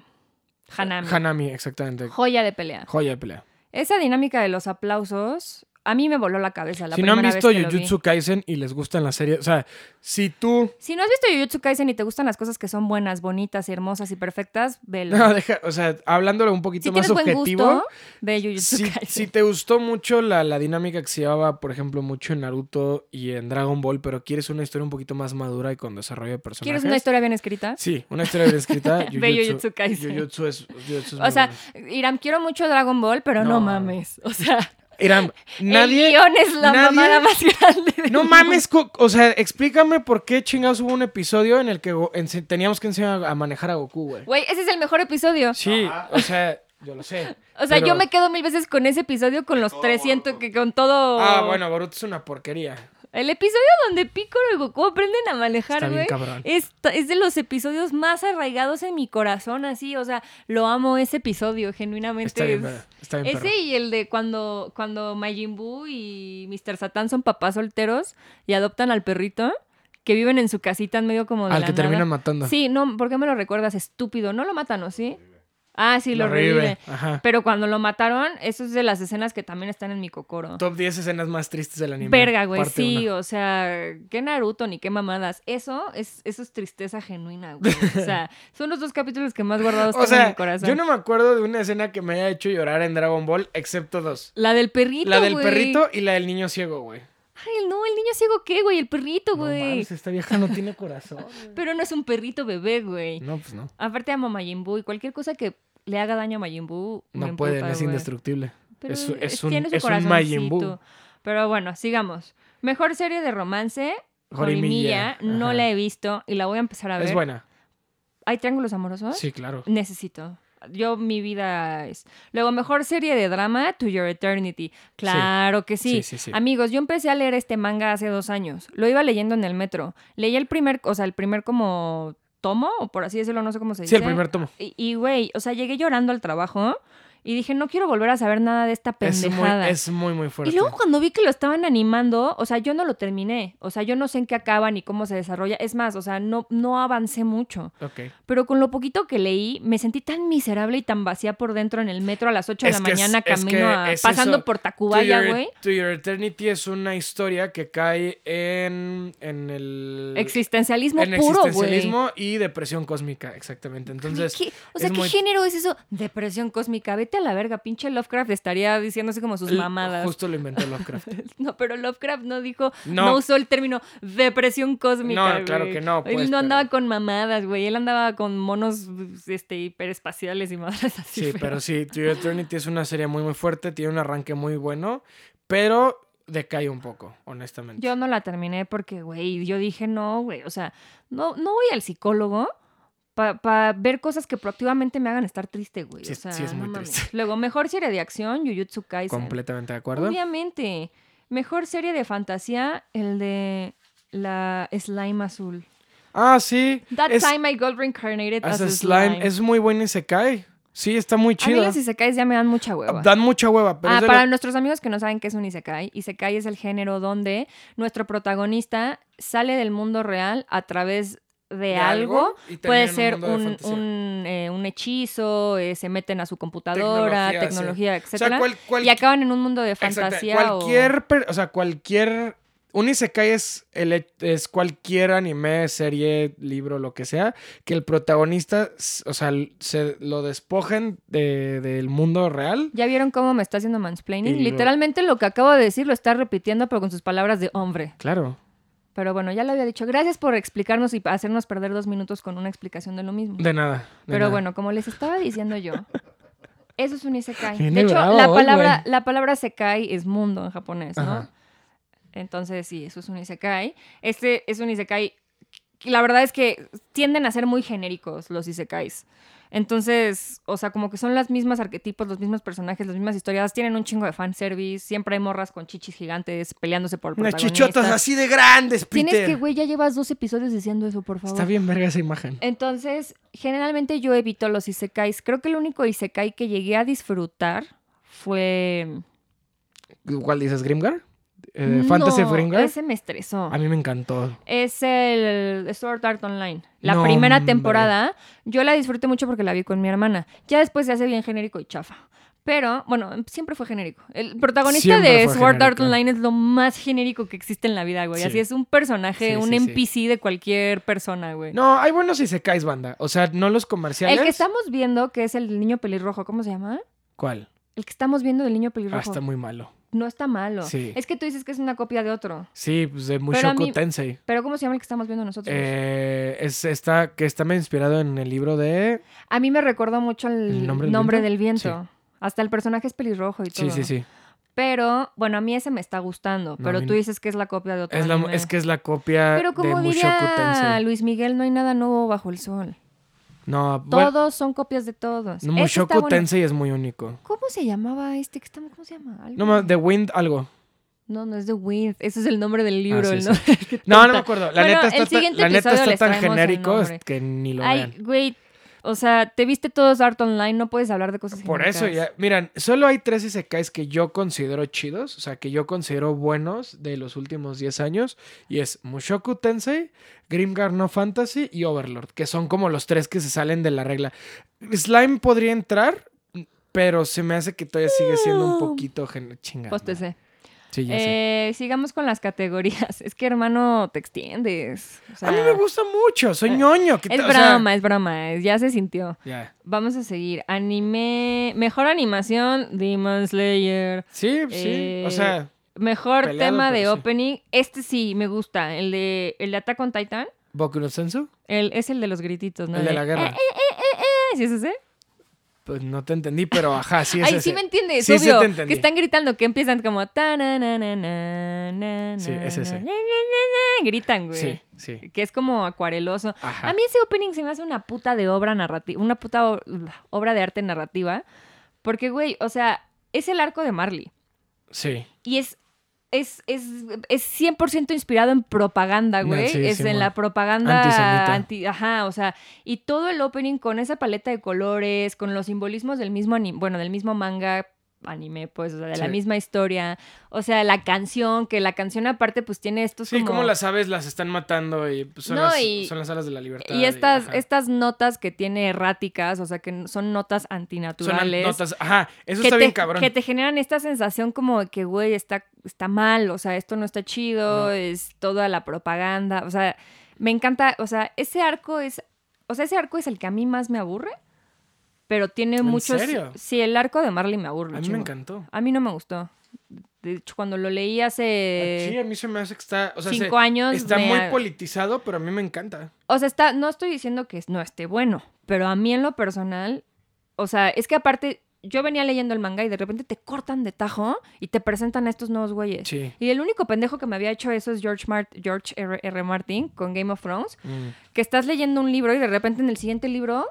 [SPEAKER 1] Hanami.
[SPEAKER 2] (laughs) Hanami, exactamente.
[SPEAKER 1] Joya de pelea.
[SPEAKER 2] Joya de pelea.
[SPEAKER 1] Esa dinámica de los aplausos, a mí me voló la cabeza la
[SPEAKER 2] si
[SPEAKER 1] primera
[SPEAKER 2] no han
[SPEAKER 1] vez
[SPEAKER 2] visto
[SPEAKER 1] que lo vi.
[SPEAKER 2] Jujutsu Kaisen y les gustan las series, o sea, si tú...
[SPEAKER 1] Si no has visto Jujutsu Kaisen y te gustan las cosas que son buenas, bonitas, hermosas y perfectas, velo.
[SPEAKER 2] (laughs) No, deja, o sea, hablándolo un poquito
[SPEAKER 1] si
[SPEAKER 2] más
[SPEAKER 1] tienes buen
[SPEAKER 2] objetivo,
[SPEAKER 1] gusto, ve Jujutsu
[SPEAKER 2] si,
[SPEAKER 1] Kaisen.
[SPEAKER 2] si te gustó mucho la, la dinámica que se llevaba, por ejemplo, mucho en Naruto y en Dragon Ball, pero quieres una historia un poquito más madura y con desarrollo de personajes...
[SPEAKER 1] ¿Quieres una historia bien escrita?
[SPEAKER 2] Sí, una historia
[SPEAKER 1] (laughs)
[SPEAKER 2] bien escrita.
[SPEAKER 1] Ve Jujutsu Kaisen.
[SPEAKER 2] Jujutsu es, Jujutsu es muy
[SPEAKER 1] O sea,
[SPEAKER 2] bueno.
[SPEAKER 1] Iram, quiero mucho Dragon Ball, pero no,
[SPEAKER 2] No.
[SPEAKER 1] mames. O sea,
[SPEAKER 2] Irán, nadie...
[SPEAKER 1] el guión es la
[SPEAKER 2] nadie-
[SPEAKER 1] mamada más grande del
[SPEAKER 2] No
[SPEAKER 1] mundo.
[SPEAKER 2] mames, co- o sea, explícame por qué chingados hubo un episodio en el que Go- ense- teníamos que enseñar a manejar a Goku, güey.
[SPEAKER 1] Güey, ese es el mejor episodio.
[SPEAKER 2] Sí, o sea, yo lo sé.
[SPEAKER 1] (laughs) O sea,
[SPEAKER 2] pero-
[SPEAKER 1] yo me quedo mil veces con ese episodio, con los 300, que con todo...
[SPEAKER 2] Ah, bueno, Boruto es una porquería.
[SPEAKER 1] El episodio donde Piccolo y Goku aprenden a
[SPEAKER 2] Está
[SPEAKER 1] manejar,
[SPEAKER 2] bien
[SPEAKER 1] güey.
[SPEAKER 2] cabrón.
[SPEAKER 1] Es, es de los episodios más arraigados en mi corazón, así. O sea, lo amo ese episodio, genuinamente.
[SPEAKER 2] Está bien,
[SPEAKER 1] es-
[SPEAKER 2] perro, está bien perro.
[SPEAKER 1] Ese y el de cuando, cuando Majin Buu y Mr. Satan son papás solteros y adoptan al perrito que viven en su casita en medio como de
[SPEAKER 2] Al
[SPEAKER 1] la
[SPEAKER 2] que terminan
[SPEAKER 1] nada.
[SPEAKER 2] matando.
[SPEAKER 1] Sí, no, ¿por qué me lo recuerdas? Estúpido. No lo matan, ¿o sí? Ah, sí, lo,
[SPEAKER 2] Lo
[SPEAKER 1] revive.
[SPEAKER 2] revive, ajá.
[SPEAKER 1] Pero cuando lo mataron, eso es de las escenas que también están en mi cocoro.
[SPEAKER 2] Top 10 escenas más tristes del anime.
[SPEAKER 1] Verga, güey,
[SPEAKER 2] parte
[SPEAKER 1] sí,
[SPEAKER 2] uno.
[SPEAKER 1] o sea, qué Naruto ni qué mamadas. Eso es, eso es tristeza genuina, güey. O
[SPEAKER 2] (laughs)
[SPEAKER 1] sea, son los dos capítulos que más guardados
[SPEAKER 2] O
[SPEAKER 1] tengo en mi
[SPEAKER 2] sea,
[SPEAKER 1] corazón.
[SPEAKER 2] yo no me acuerdo de una escena que me haya hecho llorar en Dragon Ball, excepto dos.
[SPEAKER 1] La del perrito,
[SPEAKER 2] La del
[SPEAKER 1] güey.
[SPEAKER 2] perrito y la del niño ciego, güey.
[SPEAKER 1] Ay, no, el niño ciego qué, güey, el perrito,
[SPEAKER 2] No
[SPEAKER 1] güey.
[SPEAKER 2] mames, esta
[SPEAKER 1] (laughs)
[SPEAKER 2] vieja no tiene corazón. güey.
[SPEAKER 1] Pero no es un perrito bebé, güey.
[SPEAKER 2] No, pues no.
[SPEAKER 1] Aparte amo a Majin Buu y cualquier cosa que le haga daño a Majin Buu me
[SPEAKER 2] No pueden,
[SPEAKER 1] emputa,
[SPEAKER 2] es
[SPEAKER 1] güey.
[SPEAKER 2] indestructible.
[SPEAKER 1] Pero
[SPEAKER 2] es, es
[SPEAKER 1] es-
[SPEAKER 2] un,
[SPEAKER 1] tiene su
[SPEAKER 2] es un Majin Buu.
[SPEAKER 1] corazoncito. Pero bueno, sigamos. Mejor serie de romance, Jorimilla,
[SPEAKER 2] Jorimilla,
[SPEAKER 1] no
[SPEAKER 2] ajá.
[SPEAKER 1] la he visto y la voy a empezar a ver.
[SPEAKER 2] Es buena.
[SPEAKER 1] ¿Hay triángulos amorosos?
[SPEAKER 2] Sí, claro.
[SPEAKER 1] Necesito. Yo, mi vida es. Luego, mejor serie de drama, To Your Eternity. Claro que sí.
[SPEAKER 2] Sí, sí, sí.
[SPEAKER 1] Amigos, yo empecé a leer este manga hace dos años. Lo iba leyendo en el metro. Leí el primer, o sea, el primer como tomo, o por así decirlo, no sé cómo se
[SPEAKER 2] Sí,
[SPEAKER 1] dice.
[SPEAKER 2] el primer tomo.
[SPEAKER 1] Y- Y, güey, o sea, llegué llorando al trabajo y dije, no quiero volver a saber nada de esta
[SPEAKER 2] Es muy,
[SPEAKER 1] pendejada.
[SPEAKER 2] es muy, muy fuerte.
[SPEAKER 1] Y luego cuando vi que lo estaban animando, o sea, yo no lo terminé. O sea, yo no sé en qué acaba ni cómo se desarrolla. Es más, o sea, no, no avancé mucho.
[SPEAKER 2] Ok.
[SPEAKER 1] Pero con lo poquito que leí, me sentí tan miserable y tan vacía por dentro en el metro a las 8 de
[SPEAKER 2] Es
[SPEAKER 1] la
[SPEAKER 2] que es-
[SPEAKER 1] mañana,
[SPEAKER 2] es
[SPEAKER 1] camino
[SPEAKER 2] que
[SPEAKER 1] a-
[SPEAKER 2] es
[SPEAKER 1] pasando
[SPEAKER 2] eso.
[SPEAKER 1] por Tacubaya,
[SPEAKER 2] To Your-
[SPEAKER 1] güey.
[SPEAKER 2] To Your Eternity es una historia que cae en, en el...
[SPEAKER 1] Existencialismo
[SPEAKER 2] en
[SPEAKER 1] puro, güey.
[SPEAKER 2] existencialismo y depresión cósmica, exactamente. Entonces,
[SPEAKER 1] ¿Qué- o sea,
[SPEAKER 2] es
[SPEAKER 1] ¿qué
[SPEAKER 2] muy-
[SPEAKER 1] género es eso? Depresión cósmica. Vete a la verga, pinche Lovecraft estaría diciéndose como sus
[SPEAKER 2] l-
[SPEAKER 1] mamadas.
[SPEAKER 2] Justo lo inventó Lovecraft.
[SPEAKER 1] (laughs) No, pero Lovecraft no dijo, no,
[SPEAKER 2] No.
[SPEAKER 1] usó el término depresión cósmica.
[SPEAKER 2] No, claro
[SPEAKER 1] güey.
[SPEAKER 2] que no,
[SPEAKER 1] él
[SPEAKER 2] pues,
[SPEAKER 1] no
[SPEAKER 2] pero-
[SPEAKER 1] andaba con mamadas, güey. Él andaba con monos este, hiperespaciales y madres así.
[SPEAKER 2] Sí,
[SPEAKER 1] feas.
[SPEAKER 2] pero sí, To Your Eternity es una serie muy, muy fuerte, tiene un arranque muy bueno, pero decae un poco, honestamente.
[SPEAKER 1] Yo no la terminé porque, güey, yo dije, no, güey, o sea, no, no voy al psicólogo para ver cosas que proactivamente me hagan estar triste, güey.
[SPEAKER 2] Sí,
[SPEAKER 1] o sea,
[SPEAKER 2] sí es muy
[SPEAKER 1] no mames.
[SPEAKER 2] triste. (laughs)
[SPEAKER 1] Luego, mejor serie de acción, Jujutsu Kaisen.
[SPEAKER 2] Completamente de acuerdo.
[SPEAKER 1] Obviamente. Mejor serie de fantasía, el de la Slime Azul.
[SPEAKER 2] Ah, sí.
[SPEAKER 1] That
[SPEAKER 2] es,
[SPEAKER 1] time I got reincarnated as,
[SPEAKER 2] As
[SPEAKER 1] a
[SPEAKER 2] a
[SPEAKER 1] slime.
[SPEAKER 2] slime. Es muy buen Isekai. Sí, está muy
[SPEAKER 1] A mí
[SPEAKER 2] chido.
[SPEAKER 1] los isekais ya me dan mucha hueva.
[SPEAKER 2] Dan mucha hueva, pero
[SPEAKER 1] ah,
[SPEAKER 2] es de
[SPEAKER 1] para
[SPEAKER 2] la-
[SPEAKER 1] nuestros amigos que no saben qué es un isekai, isekai es el género donde nuestro protagonista sale del mundo real a través de,
[SPEAKER 2] de
[SPEAKER 1] algo.
[SPEAKER 2] y termina
[SPEAKER 1] Puede
[SPEAKER 2] en un
[SPEAKER 1] ser
[SPEAKER 2] mundo de
[SPEAKER 1] un,
[SPEAKER 2] fantasía.
[SPEAKER 1] un, eh, un hechizo, eh, se meten a su computadora,
[SPEAKER 2] Tecnología,
[SPEAKER 1] tecnología,
[SPEAKER 2] sí.
[SPEAKER 1] etcétera,
[SPEAKER 2] cual- cual-
[SPEAKER 1] y acaban en un mundo de
[SPEAKER 2] exacta-
[SPEAKER 1] fantasía o-
[SPEAKER 2] cualquier, per- o sea, cualquier Un isekai es, el, he- es cualquier anime, serie, libro, lo que sea, que el protagonista, s- o sea, l- se lo despojen de- del mundo real.
[SPEAKER 1] ¿Ya vieron cómo me está haciendo mansplaining?
[SPEAKER 2] Y lo-
[SPEAKER 1] Literalmente lo que acabo de decir lo está repitiendo, pero con sus palabras de hombre.
[SPEAKER 2] Claro.
[SPEAKER 1] Pero bueno, ya lo había dicho. Gracias por explicarnos y pa- hacernos perder dos minutos con una explicación de lo mismo.
[SPEAKER 2] De nada. de
[SPEAKER 1] Pero
[SPEAKER 2] nada.
[SPEAKER 1] bueno, como les estaba diciendo yo, eso es un isekai.
[SPEAKER 2] Viene
[SPEAKER 1] de hecho,
[SPEAKER 2] bravo
[SPEAKER 1] la
[SPEAKER 2] hoy,
[SPEAKER 1] palabra,
[SPEAKER 2] güey.
[SPEAKER 1] la palabra sekai es mundo en japonés, ¿no?
[SPEAKER 2] Ajá.
[SPEAKER 1] Entonces, sí, eso es un isekai. Este es un isekai. La verdad es que tienden a ser muy genéricos los isekais. Entonces, o sea, como que son los mismos arquetipos, los mismos personajes, las mismas historias. Tienen un chingo de fanservice. Siempre hay morras con chichis gigantes peleándose por el
[SPEAKER 2] Unas
[SPEAKER 1] protagonista.
[SPEAKER 2] chichotas así de grandes, Peter.
[SPEAKER 1] Tienes que, güey, ya llevas dos episodios diciendo eso, por favor.
[SPEAKER 2] Está bien verga esa imagen.
[SPEAKER 1] Entonces, generalmente yo evito los isekais. Creo que el único isekai que llegué a disfrutar fue...
[SPEAKER 2] ¿Cuál dices? ¿Grimgar? Eh, ¿Fantasy Ah,
[SPEAKER 1] No,
[SPEAKER 2] of Grimgar?
[SPEAKER 1] Ese me estresó.
[SPEAKER 2] A mí me encantó.
[SPEAKER 1] Es el Sword Art Online. La
[SPEAKER 2] No,
[SPEAKER 1] primera
[SPEAKER 2] hombre.
[SPEAKER 1] temporada yo la disfruté mucho porque la vi con mi hermana. Ya después se hace bien genérico y chafa. Pero, bueno, siempre fue genérico. El protagonista
[SPEAKER 2] Siempre
[SPEAKER 1] de
[SPEAKER 2] fue
[SPEAKER 1] Sword Art
[SPEAKER 2] genérico.
[SPEAKER 1] Online es lo más genérico que existe en la vida, güey.
[SPEAKER 2] Sí.
[SPEAKER 1] Así es un personaje,
[SPEAKER 2] Sí,
[SPEAKER 1] un
[SPEAKER 2] sí, sí.
[SPEAKER 1] NPC de cualquier persona, güey.
[SPEAKER 2] No, hay buenos isekais, banda. O sea, no los comerciales.
[SPEAKER 1] el que estamos viendo, que es el niño pelirrojo, ¿cómo se llama?
[SPEAKER 2] ¿Cuál?
[SPEAKER 1] El que estamos viendo del niño pelirrojo.
[SPEAKER 2] Ah, está muy malo.
[SPEAKER 1] No está malo.
[SPEAKER 2] Sí.
[SPEAKER 1] Es que tú dices que es una copia de otro.
[SPEAKER 2] Sí, pues de
[SPEAKER 1] Pero a
[SPEAKER 2] Mushoku
[SPEAKER 1] mí-
[SPEAKER 2] Tensei.
[SPEAKER 1] Pero ¿cómo se llama el que estamos viendo nosotros?
[SPEAKER 2] Eh, es esta que está medio inspirado en el libro de.
[SPEAKER 1] a mí me recordó mucho el,
[SPEAKER 2] ¿El nombre
[SPEAKER 1] nombre,
[SPEAKER 2] del viento?
[SPEAKER 1] del viento. Hasta el personaje es pelirrojo y todo.
[SPEAKER 2] Sí, sí, sí.
[SPEAKER 1] Pero, bueno, a mí ese me está gustando.
[SPEAKER 2] No, a
[SPEAKER 1] pero
[SPEAKER 2] mí
[SPEAKER 1] tú
[SPEAKER 2] no.
[SPEAKER 1] dices que es la copia de otro.
[SPEAKER 2] Es, la-
[SPEAKER 1] anime.
[SPEAKER 2] es que es la copia
[SPEAKER 1] Pero
[SPEAKER 2] de
[SPEAKER 1] como
[SPEAKER 2] Mushoku
[SPEAKER 1] diría
[SPEAKER 2] Tensei.
[SPEAKER 1] Luis Miguel, no hay nada nuevo bajo el sol.
[SPEAKER 2] No, bueno,
[SPEAKER 1] todos son copias de todos. Ese está
[SPEAKER 2] Mushoku
[SPEAKER 1] bueno.
[SPEAKER 2] Tensei es muy único.
[SPEAKER 1] ¿Cómo se llamaba este? que estamos- ¿Cómo se llama? Algo-
[SPEAKER 2] No, ma- The Wind, algo.
[SPEAKER 1] no, no es The Wind. Ese es el nombre del libro.
[SPEAKER 2] Ah, sí,
[SPEAKER 1] el
[SPEAKER 2] sí.
[SPEAKER 1] nombre. Qué
[SPEAKER 2] No, no me
[SPEAKER 1] tonta.
[SPEAKER 2] acuerdo. La
[SPEAKER 1] Bueno,
[SPEAKER 2] neta
[SPEAKER 1] el
[SPEAKER 2] está, tan-
[SPEAKER 1] siguiente
[SPEAKER 2] la neta
[SPEAKER 1] episodio
[SPEAKER 2] está
[SPEAKER 1] les
[SPEAKER 2] tan
[SPEAKER 1] traemos el
[SPEAKER 2] genérico
[SPEAKER 1] nombre.
[SPEAKER 2] que ni lo
[SPEAKER 1] Ay,
[SPEAKER 2] vean.
[SPEAKER 1] güey. O sea, te viste todos Art Online, no puedes hablar de cosas
[SPEAKER 2] Por eso,
[SPEAKER 1] genéricas.
[SPEAKER 2] ya, miran, solo hay tres isekais que yo considero chidos, o sea, que yo considero buenos de los últimos 10 años, y es Mushoku Tensei, Grimgar No Fantasy y Overlord, que son como los tres que se salen de la regla. Slime podría entrar, pero se me hace que todavía sigue siendo un poquito gen- chingada.
[SPEAKER 1] Póstese.
[SPEAKER 2] Sí, ya sé.
[SPEAKER 1] Pues Eh, sigamos con las categorías. (laughs) Es que, hermano, te extiendes. O sea,
[SPEAKER 2] A mí me gusta mucho, soy
[SPEAKER 1] eh,
[SPEAKER 2] ñoño. ¿qué
[SPEAKER 1] Es
[SPEAKER 2] tal? O sea,
[SPEAKER 1] broma, es broma. es- Ya se sintió.
[SPEAKER 2] ya.
[SPEAKER 1] Vamos a seguir. Anime. Mejor animación, Demon Slayer.
[SPEAKER 2] Sí, sí,
[SPEAKER 1] Eh,
[SPEAKER 2] o sea,
[SPEAKER 1] Mejor
[SPEAKER 2] Peleado,
[SPEAKER 1] tema de
[SPEAKER 2] pero sí.
[SPEAKER 1] opening. Este sí me gusta. El de, el de Attack on Titan.
[SPEAKER 2] Boku no Sensu,
[SPEAKER 1] El, es el de los grititos, ¿no? Eh,
[SPEAKER 2] el de la guerra.
[SPEAKER 1] ¿Sí es ese?
[SPEAKER 2] Pues no te entendí, pero ajá, sí es
[SPEAKER 1] Ay, sí
[SPEAKER 2] ese.
[SPEAKER 1] me entiendes,
[SPEAKER 2] Sí, sí
[SPEAKER 1] obvio.
[SPEAKER 2] te entendí.
[SPEAKER 1] que están gritando, que empiezan como. tananana,
[SPEAKER 2] Sí, es ese.
[SPEAKER 1] nananana, Gritan, güey.
[SPEAKER 2] Sí, sí.
[SPEAKER 1] Que es como acuareloso.
[SPEAKER 2] Ajá.
[SPEAKER 1] A mí ese opening se me hace una puta de obra narrativa, una puta o- obra de arte narrativa. Porque, güey, o sea, es el arco de Marley.
[SPEAKER 2] Sí.
[SPEAKER 1] Y es. Es, es, es 100% inspirado en propaganda,
[SPEAKER 2] No,
[SPEAKER 1] güey.
[SPEAKER 2] sí,
[SPEAKER 1] es
[SPEAKER 2] Simón.
[SPEAKER 1] en la propaganda
[SPEAKER 2] Antisemita.
[SPEAKER 1] anti, ajá, o sea, y todo el opening con esa paleta de colores, con los simbolismos del mismo ani- bueno, del mismo manga anime, pues, o sea, de la
[SPEAKER 2] Sí.
[SPEAKER 1] misma historia, o sea, la canción, que la canción aparte pues tiene estos
[SPEAKER 2] Sí, como las aves las están matando y pues, son,
[SPEAKER 1] No,
[SPEAKER 2] las,
[SPEAKER 1] y-
[SPEAKER 2] son las alas de la libertad.
[SPEAKER 1] Y estas,
[SPEAKER 2] ajá.
[SPEAKER 1] estas notas que tiene erráticas, o sea, que n- son notas
[SPEAKER 2] Son an-
[SPEAKER 1] antinaturales.
[SPEAKER 2] notas. Ajá, eso
[SPEAKER 1] que,
[SPEAKER 2] está
[SPEAKER 1] te,
[SPEAKER 2] bien cabrón.
[SPEAKER 1] que te generan esta sensación como de que, güey, está, está mal, o sea, esto no está chido,
[SPEAKER 2] No.
[SPEAKER 1] es toda la propaganda, o sea, me encanta, o sea, ese arco es, o sea, ese arco es el que a mí más me aburre, pero tiene
[SPEAKER 2] ¿En
[SPEAKER 1] muchos...
[SPEAKER 2] serio?
[SPEAKER 1] Sí, el arco de Marley me aburre.
[SPEAKER 2] A mí me
[SPEAKER 1] chingo.
[SPEAKER 2] encantó.
[SPEAKER 1] A mí no me gustó. De hecho, cuando lo leí
[SPEAKER 2] Ah, sí,
[SPEAKER 1] hace
[SPEAKER 2] a mí se me hace que está. O sea, se-
[SPEAKER 1] Eh, cinco años...
[SPEAKER 2] está
[SPEAKER 1] me
[SPEAKER 2] muy
[SPEAKER 1] a-
[SPEAKER 2] politizado, pero a mí me encanta.
[SPEAKER 1] o sea, está, no estoy diciendo que no esté bueno, pero a mí en lo personal, o sea, es que aparte, yo venía leyendo el manga y de repente te cortan de tajo y te presentan a estos nuevos güeyes.
[SPEAKER 2] Sí.
[SPEAKER 1] Y el único pendejo que me había hecho eso es George, Mart- George R. R. Martin con Game of Thrones,
[SPEAKER 2] Mm.
[SPEAKER 1] que estás leyendo un libro y de repente en el siguiente libro,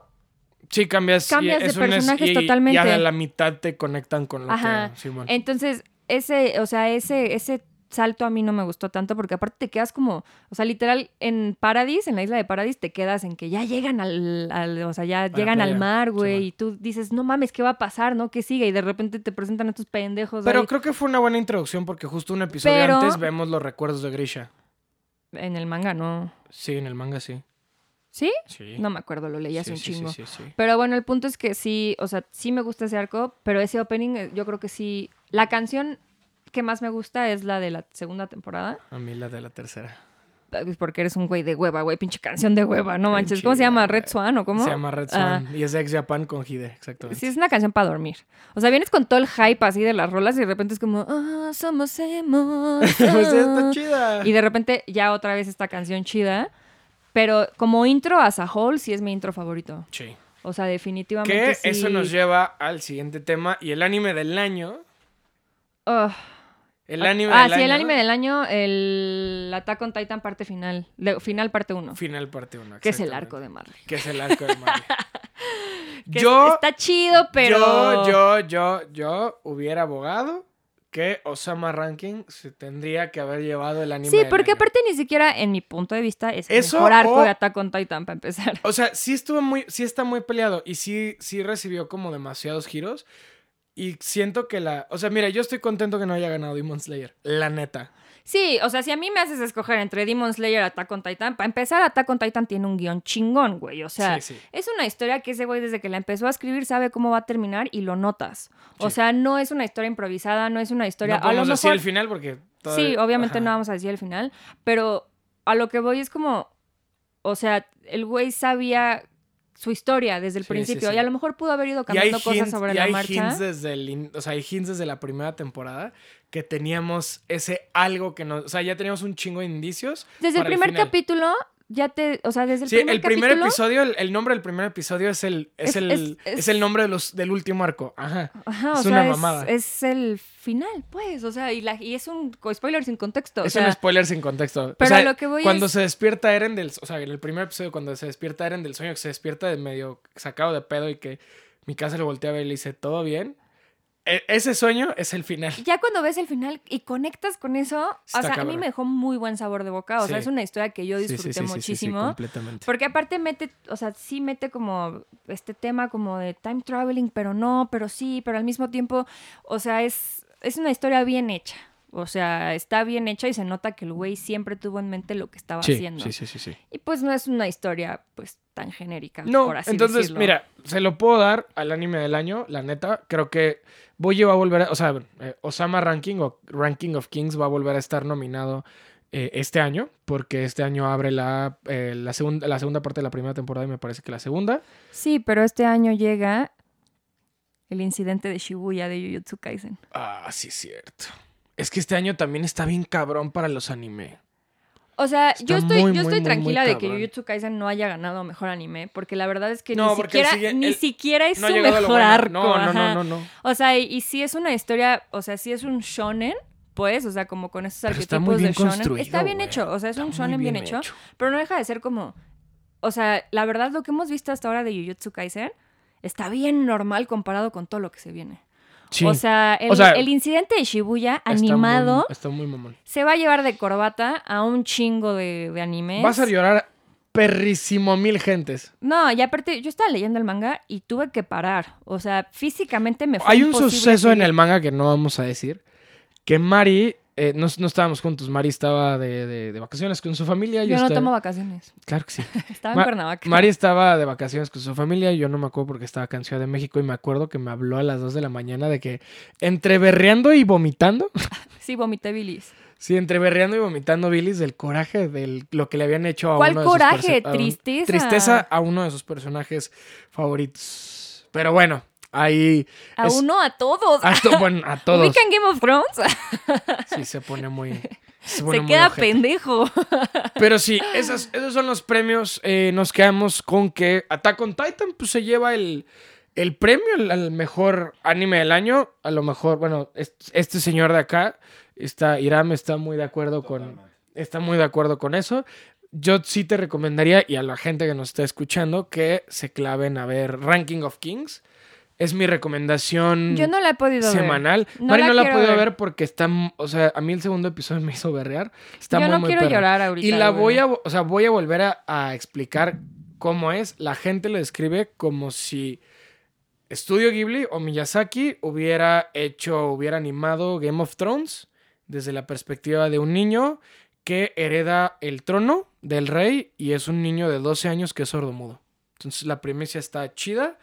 [SPEAKER 2] Sí, cambias. y
[SPEAKER 1] Cambias de
[SPEAKER 2] es un es-
[SPEAKER 1] personajes
[SPEAKER 2] y-
[SPEAKER 1] totalmente.
[SPEAKER 2] Y a la mitad te conectan con lo
[SPEAKER 1] Ajá.
[SPEAKER 2] que. Sí, bueno.
[SPEAKER 1] entonces, ese, o sea, ese, ese salto a mí no me gustó tanto porque aparte te quedas como, o sea, literal en Paradis, en la isla de Paradis, te quedas en que ya llegan al, al- o sea, ya
[SPEAKER 2] la
[SPEAKER 1] llegan al
[SPEAKER 2] playa,
[SPEAKER 1] mar, güey,
[SPEAKER 2] Simón.
[SPEAKER 1] y tú dices, no mames, ¿qué va a pasar, no? ¿Qué sigue? Y de repente te presentan a estos pendejos.
[SPEAKER 2] Pero
[SPEAKER 1] ahí
[SPEAKER 2] creo que fue una buena introducción porque justo un episodio
[SPEAKER 1] Pero-
[SPEAKER 2] antes vemos los recuerdos de Grisha.
[SPEAKER 1] En el manga, no.
[SPEAKER 2] Sí, en el manga sí.
[SPEAKER 1] ¿Sí?
[SPEAKER 2] Sí.
[SPEAKER 1] No me acuerdo, lo leí hace
[SPEAKER 2] Sí,
[SPEAKER 1] un
[SPEAKER 2] sí,
[SPEAKER 1] chingo.
[SPEAKER 2] Sí, sí, sí.
[SPEAKER 1] Pero bueno, el punto es que sí, o sea, sí me gusta ese arco, pero ese opening eh, yo creo que sí. La canción que más me gusta es la de la segunda temporada.
[SPEAKER 2] A mí la de la tercera.
[SPEAKER 1] Pues Porque eres un güey de hueva, güey. Pinche canción de hueva. No manches. ¿Cómo se
[SPEAKER 2] Pinche,
[SPEAKER 1] llama?
[SPEAKER 2] güey.
[SPEAKER 1] ¿Red Swan o cómo? Ah.
[SPEAKER 2] Se llama Red Swan. Y es de Ex Japan con Hide, exactamente.
[SPEAKER 1] Sí, es una canción para dormir. O sea, vienes con todo el hype así de las rolas y de repente es como, ah, somos emos.
[SPEAKER 2] (laughs) (laughs) pues
[SPEAKER 1] ah".
[SPEAKER 2] está
[SPEAKER 1] (laughs)
[SPEAKER 2] chida.
[SPEAKER 1] Y de repente ya otra vez esta canción chida. Pero como intro as a whole, sí es mi intro favorito.
[SPEAKER 2] Sí.
[SPEAKER 1] O sea,
[SPEAKER 2] Que
[SPEAKER 1] definitivamente. sí.
[SPEAKER 2] eso nos lleva al siguiente tema y el anime del año.
[SPEAKER 1] Ugh.
[SPEAKER 2] El anime
[SPEAKER 1] ah,
[SPEAKER 2] del
[SPEAKER 1] sí,
[SPEAKER 2] año.
[SPEAKER 1] el anime del año, el Attack on Titan parte final. de- final parte 1.
[SPEAKER 2] Final parte 1.
[SPEAKER 1] Que es el arco de Marley.
[SPEAKER 2] Que es el arco de Marley.
[SPEAKER 1] (laughs) Que
[SPEAKER 2] yo,
[SPEAKER 1] está chido, pero.
[SPEAKER 2] yo, yo, yo, yo hubiera abogado que Osama Ranking se tendría que haber llevado el anime
[SPEAKER 1] Sí,
[SPEAKER 2] del
[SPEAKER 1] porque
[SPEAKER 2] año.
[SPEAKER 1] aparte ni siquiera, en mi punto de vista, es el
[SPEAKER 2] Eso
[SPEAKER 1] mejor arco
[SPEAKER 2] o-
[SPEAKER 1] de Attack on Titan para empezar. (laughs)
[SPEAKER 2] O sea, sí estuvo muy, sí está muy peleado y sí, sí recibió como demasiados giros. Y siento que la. O sea, mira, yo estoy contento que no haya ganado Demon Slayer. La neta.
[SPEAKER 1] Sí, o sea, si a mí me haces escoger entre Demon Slayer y Attack on Titan, para empezar, Attack on Titan tiene un guión chingón, güey. O sea,
[SPEAKER 2] sí, sí.
[SPEAKER 1] es una historia que ese güey desde que la empezó a escribir sabe cómo va a terminar y lo notas. O
[SPEAKER 2] Sí.
[SPEAKER 1] sea, no es una historia improvisada, no es una historia... a
[SPEAKER 2] no
[SPEAKER 1] lo
[SPEAKER 2] podemos decir
[SPEAKER 1] mejor...
[SPEAKER 2] el final porque. todavía-
[SPEAKER 1] Sí, obviamente
[SPEAKER 2] Ajá.
[SPEAKER 1] no vamos a decir el final, pero a lo que voy es como, o sea, el güey sabía su historia desde el
[SPEAKER 2] Sí, sí,
[SPEAKER 1] principio
[SPEAKER 2] sí.
[SPEAKER 1] y a lo mejor pudo haber ido
[SPEAKER 2] Y hay
[SPEAKER 1] cambiando cosas
[SPEAKER 2] hints-
[SPEAKER 1] sobre
[SPEAKER 2] y
[SPEAKER 1] la
[SPEAKER 2] hay
[SPEAKER 1] marcha.
[SPEAKER 2] hints desde el in- o sea, hay hints desde la primera temporada que teníamos ese algo que no, o sea, ya teníamos un chingo de indicios.
[SPEAKER 1] Desde el
[SPEAKER 2] para
[SPEAKER 1] primer
[SPEAKER 2] final.
[SPEAKER 1] capítulo, ya te, o sea, desde el
[SPEAKER 2] sí,
[SPEAKER 1] primer
[SPEAKER 2] el primer
[SPEAKER 1] capítulo...
[SPEAKER 2] episodio, el, el nombre del primer episodio es el es,
[SPEAKER 1] Es-
[SPEAKER 2] el
[SPEAKER 1] es-
[SPEAKER 2] es,
[SPEAKER 1] es-
[SPEAKER 2] el nombre de los del último arco. Ajá.
[SPEAKER 1] Ajá,
[SPEAKER 2] Es
[SPEAKER 1] o sea,
[SPEAKER 2] una
[SPEAKER 1] es-
[SPEAKER 2] mamada.
[SPEAKER 1] Es, el final, pues, o sea, y, la, y es un co- spoiler sin contexto. o
[SPEAKER 2] es
[SPEAKER 1] sea,
[SPEAKER 2] un spoiler sin contexto. O
[SPEAKER 1] pero
[SPEAKER 2] sea,
[SPEAKER 1] lo que voy
[SPEAKER 2] cuando
[SPEAKER 1] es-
[SPEAKER 2] se despierta Eren del, o sea, en el primer episodio cuando se despierta Eren del sueño, que se despierta de medio sacado de pedo y que mi casa le voltea a ver y le dice, "¿Todo bien?" E- ese sueño es el final.
[SPEAKER 1] ya cuando ves el final y conectas con eso,
[SPEAKER 2] Está
[SPEAKER 1] o sea, a mí
[SPEAKER 2] cabrón.
[SPEAKER 1] me dejó muy buen sabor de boca, o sea,
[SPEAKER 2] Sí.
[SPEAKER 1] es una historia que yo
[SPEAKER 2] Sí, sí,
[SPEAKER 1] disfruté
[SPEAKER 2] sí, sí, sí, sí,
[SPEAKER 1] muchísimo.
[SPEAKER 2] completamente.
[SPEAKER 1] Porque aparte mete, o sea, sí mete como este tema como de time traveling, pero no, pero sí, pero al mismo tiempo, o sea, es, es una historia bien hecha. O sea, está bien hecha y se nota que el güey siempre tuvo en mente lo que estaba haciendo.
[SPEAKER 2] sí, sí, sí.
[SPEAKER 1] Y pues no es una historia pues tan genérica,
[SPEAKER 2] No,
[SPEAKER 1] por así
[SPEAKER 2] entonces,
[SPEAKER 1] decirlo.
[SPEAKER 2] mira, se lo puedo dar al anime del año, la neta. Creo que Boye va a volver a. O sea, eh, Osama Ranking o Ranking of Kings va a volver a estar nominado eh, este año, porque este año abre la, eh, la, segunda, la segunda parte de la primera temporada y me parece que la segunda.
[SPEAKER 1] Sí, pero este año llega el incidente de Shibuya de Jujutsu Kaisen.
[SPEAKER 2] Ah, sí, es cierto. Es que este año también está bien cabrón para los anime.
[SPEAKER 1] O sea, yo
[SPEAKER 2] Está
[SPEAKER 1] estoy,
[SPEAKER 2] muy,
[SPEAKER 1] yo estoy
[SPEAKER 2] muy, muy, muy
[SPEAKER 1] tranquila de que
[SPEAKER 2] cabrón.
[SPEAKER 1] Jujutsu Kaisen no haya ganado mejor anime, porque la verdad es que
[SPEAKER 2] No,
[SPEAKER 1] ni
[SPEAKER 2] porque el
[SPEAKER 1] siquiera,
[SPEAKER 2] sigue-
[SPEAKER 1] ni
[SPEAKER 2] el-
[SPEAKER 1] siquiera es
[SPEAKER 2] no ha
[SPEAKER 1] su
[SPEAKER 2] llegado a lo
[SPEAKER 1] mejor
[SPEAKER 2] bueno.
[SPEAKER 1] arco.
[SPEAKER 2] No, no,
[SPEAKER 1] ajá.
[SPEAKER 2] no, no, no.
[SPEAKER 1] O sea, y, si es una historia, o sea, si es un shonen, pues, o sea, como con esos
[SPEAKER 2] Pero
[SPEAKER 1] arquetipos
[SPEAKER 2] está muy bien
[SPEAKER 1] de shonen.
[SPEAKER 2] construido,
[SPEAKER 1] Está bien
[SPEAKER 2] güey.
[SPEAKER 1] hecho, o sea, es
[SPEAKER 2] Está
[SPEAKER 1] un
[SPEAKER 2] muy
[SPEAKER 1] shonen bien, hecho, pero no deja de ser como, o sea, la verdad lo que hemos visto hasta ahora de Jujutsu Kaisen está bien normal comparado con todo lo que se viene.
[SPEAKER 2] Sí,
[SPEAKER 1] O, sea, el,
[SPEAKER 2] O sea,
[SPEAKER 1] el incidente de Shibuya
[SPEAKER 2] está muy-
[SPEAKER 1] animado
[SPEAKER 2] Está muy mamón.
[SPEAKER 1] se va a llevar de corbata a un chingo de, de animes.
[SPEAKER 2] Vas a llorar perrísimo mil gentes.
[SPEAKER 1] No, y aparte, yo estaba leyendo el manga y tuve que parar. O sea, físicamente me fue
[SPEAKER 2] Hay un
[SPEAKER 1] imposible
[SPEAKER 2] suceso en
[SPEAKER 1] seguir.
[SPEAKER 2] el manga que no vamos a decir. Que Mari, eh, no, no estábamos juntos, Mari estaba de, de- de vacaciones con su familia.
[SPEAKER 1] Yo no
[SPEAKER 2] estaba-
[SPEAKER 1] tomo vacaciones.
[SPEAKER 2] Claro que sí.
[SPEAKER 1] Estaba en
[SPEAKER 2] ¿eh? Ma-
[SPEAKER 1] Cuernavaca.
[SPEAKER 2] Mari estaba de vacaciones con su familia, yo no me acuerdo porque estaba acá en Ciudad de México y me acuerdo que me habló a las 2 de la mañana de que entre berreando y vomitando, (laughs)
[SPEAKER 1] Sí, vomité bilis.
[SPEAKER 2] sí, entre berreando y vomitando Billis del coraje de lo que le habían hecho a
[SPEAKER 1] ¿Cuál
[SPEAKER 2] uno de sus
[SPEAKER 1] coraje?
[SPEAKER 2] perso- a un-
[SPEAKER 1] Tristeza.
[SPEAKER 2] Tristeza a uno de sus personajes favoritos. Pero bueno, ahí...
[SPEAKER 1] A
[SPEAKER 2] es-
[SPEAKER 1] uno, a todos.
[SPEAKER 2] a
[SPEAKER 1] (laughs)
[SPEAKER 2] to- bueno, a todos.
[SPEAKER 1] ¿Ubican Game of Thrones? (laughs)
[SPEAKER 2] Sí, se pone muy. Se, pone
[SPEAKER 1] Se
[SPEAKER 2] muy
[SPEAKER 1] queda
[SPEAKER 2] ojete.
[SPEAKER 1] pendejo.
[SPEAKER 2] Pero sí, esas- esos son los premios. Eh, nos quedamos con que Attack on Titan pues, se lleva el, el premio al, al mejor anime del año. A lo mejor, bueno, est- este, señor de acá, está, Iram, está muy de acuerdo con. Está muy de acuerdo con eso. Yo sí te recomendaría, y a la gente que nos está escuchando, que se claven a ver Ranking of Kings. Es mi recomendación
[SPEAKER 1] Yo no la he podido ver.
[SPEAKER 2] semanal.
[SPEAKER 1] No
[SPEAKER 2] Mari
[SPEAKER 1] la
[SPEAKER 2] no la ha
[SPEAKER 1] quiero
[SPEAKER 2] podido ver.
[SPEAKER 1] ver.
[SPEAKER 2] porque está, m- o sea, a mí el segundo episodio (laughs) me hizo berrear. Está
[SPEAKER 1] Yo
[SPEAKER 2] muy,
[SPEAKER 1] no
[SPEAKER 2] muy
[SPEAKER 1] quiero
[SPEAKER 2] perro.
[SPEAKER 1] llorar ahorita.
[SPEAKER 2] Y la
[SPEAKER 1] güey.
[SPEAKER 2] voy a, o sea, voy a volver a, a explicar cómo es. La gente lo describe como si Studio Ghibli o Miyazaki hubiera hecho, hubiera animado Game of Thrones desde la perspectiva de un niño que hereda el trono del rey y es un niño de 12 años que es sordomudo. Entonces la premisa está chida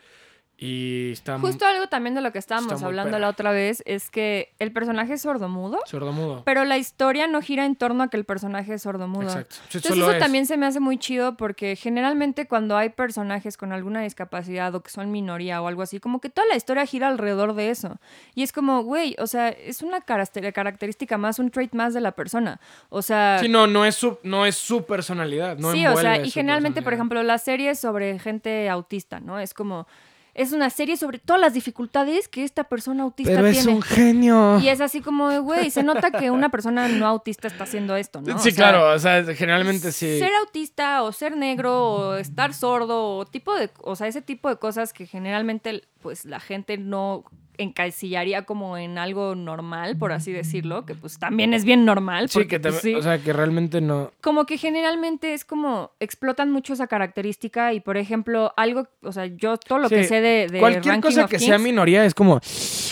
[SPEAKER 2] Y está mu-
[SPEAKER 1] Justo algo también de lo que
[SPEAKER 2] Está
[SPEAKER 1] estábamos
[SPEAKER 2] muy
[SPEAKER 1] hablando
[SPEAKER 2] perra.
[SPEAKER 1] la otra vez es que el personaje es sordomudo,
[SPEAKER 2] sordomudo.
[SPEAKER 1] pero la historia no gira en torno a que el personaje es sordomudo.
[SPEAKER 2] Exacto. Sí,
[SPEAKER 1] Entonces
[SPEAKER 2] solo
[SPEAKER 1] eso
[SPEAKER 2] es.
[SPEAKER 1] también se me hace muy chido porque generalmente cuando hay personajes con alguna discapacidad o que son minoría o algo así, como que toda la historia gira alrededor de eso. Y es como, güey, o sea, es una caraster- característica más, un trait más de la persona. O sea,
[SPEAKER 2] Sí, no, no es su, no es su personalidad. No
[SPEAKER 1] sí, o sea,
[SPEAKER 2] envuelve
[SPEAKER 1] y
[SPEAKER 2] su
[SPEAKER 1] generalmente, por
[SPEAKER 2] personalidad.
[SPEAKER 1] ejemplo, las series sobre gente autista, ¿no? Es como, es una serie sobre todas las dificultades que esta persona autista tiene.
[SPEAKER 2] genio.
[SPEAKER 1] Y es así como, de, güey, se nota que una persona no autista está haciendo esto, ¿no? O
[SPEAKER 2] Sí,
[SPEAKER 1] sea,
[SPEAKER 2] claro, o sea, generalmente sí.
[SPEAKER 1] Ser autista o ser negro o estar sordo o tipo de, o sea, ese tipo de cosas que generalmente pues la gente no encasillaría como en algo normal, por así decirlo, que pues también es bien normal.
[SPEAKER 2] Sí,
[SPEAKER 1] porque,
[SPEAKER 2] que
[SPEAKER 1] pues,
[SPEAKER 2] también-
[SPEAKER 1] sí
[SPEAKER 2] o sea, que realmente no.
[SPEAKER 1] como que generalmente es como explotan mucho esa característica y por ejemplo algo, o sea, yo todo lo
[SPEAKER 2] Sí,
[SPEAKER 1] que sé de, de
[SPEAKER 2] Cualquier
[SPEAKER 1] Ranking
[SPEAKER 2] cosa
[SPEAKER 1] of
[SPEAKER 2] que
[SPEAKER 1] Kings,
[SPEAKER 2] sea minoría es como,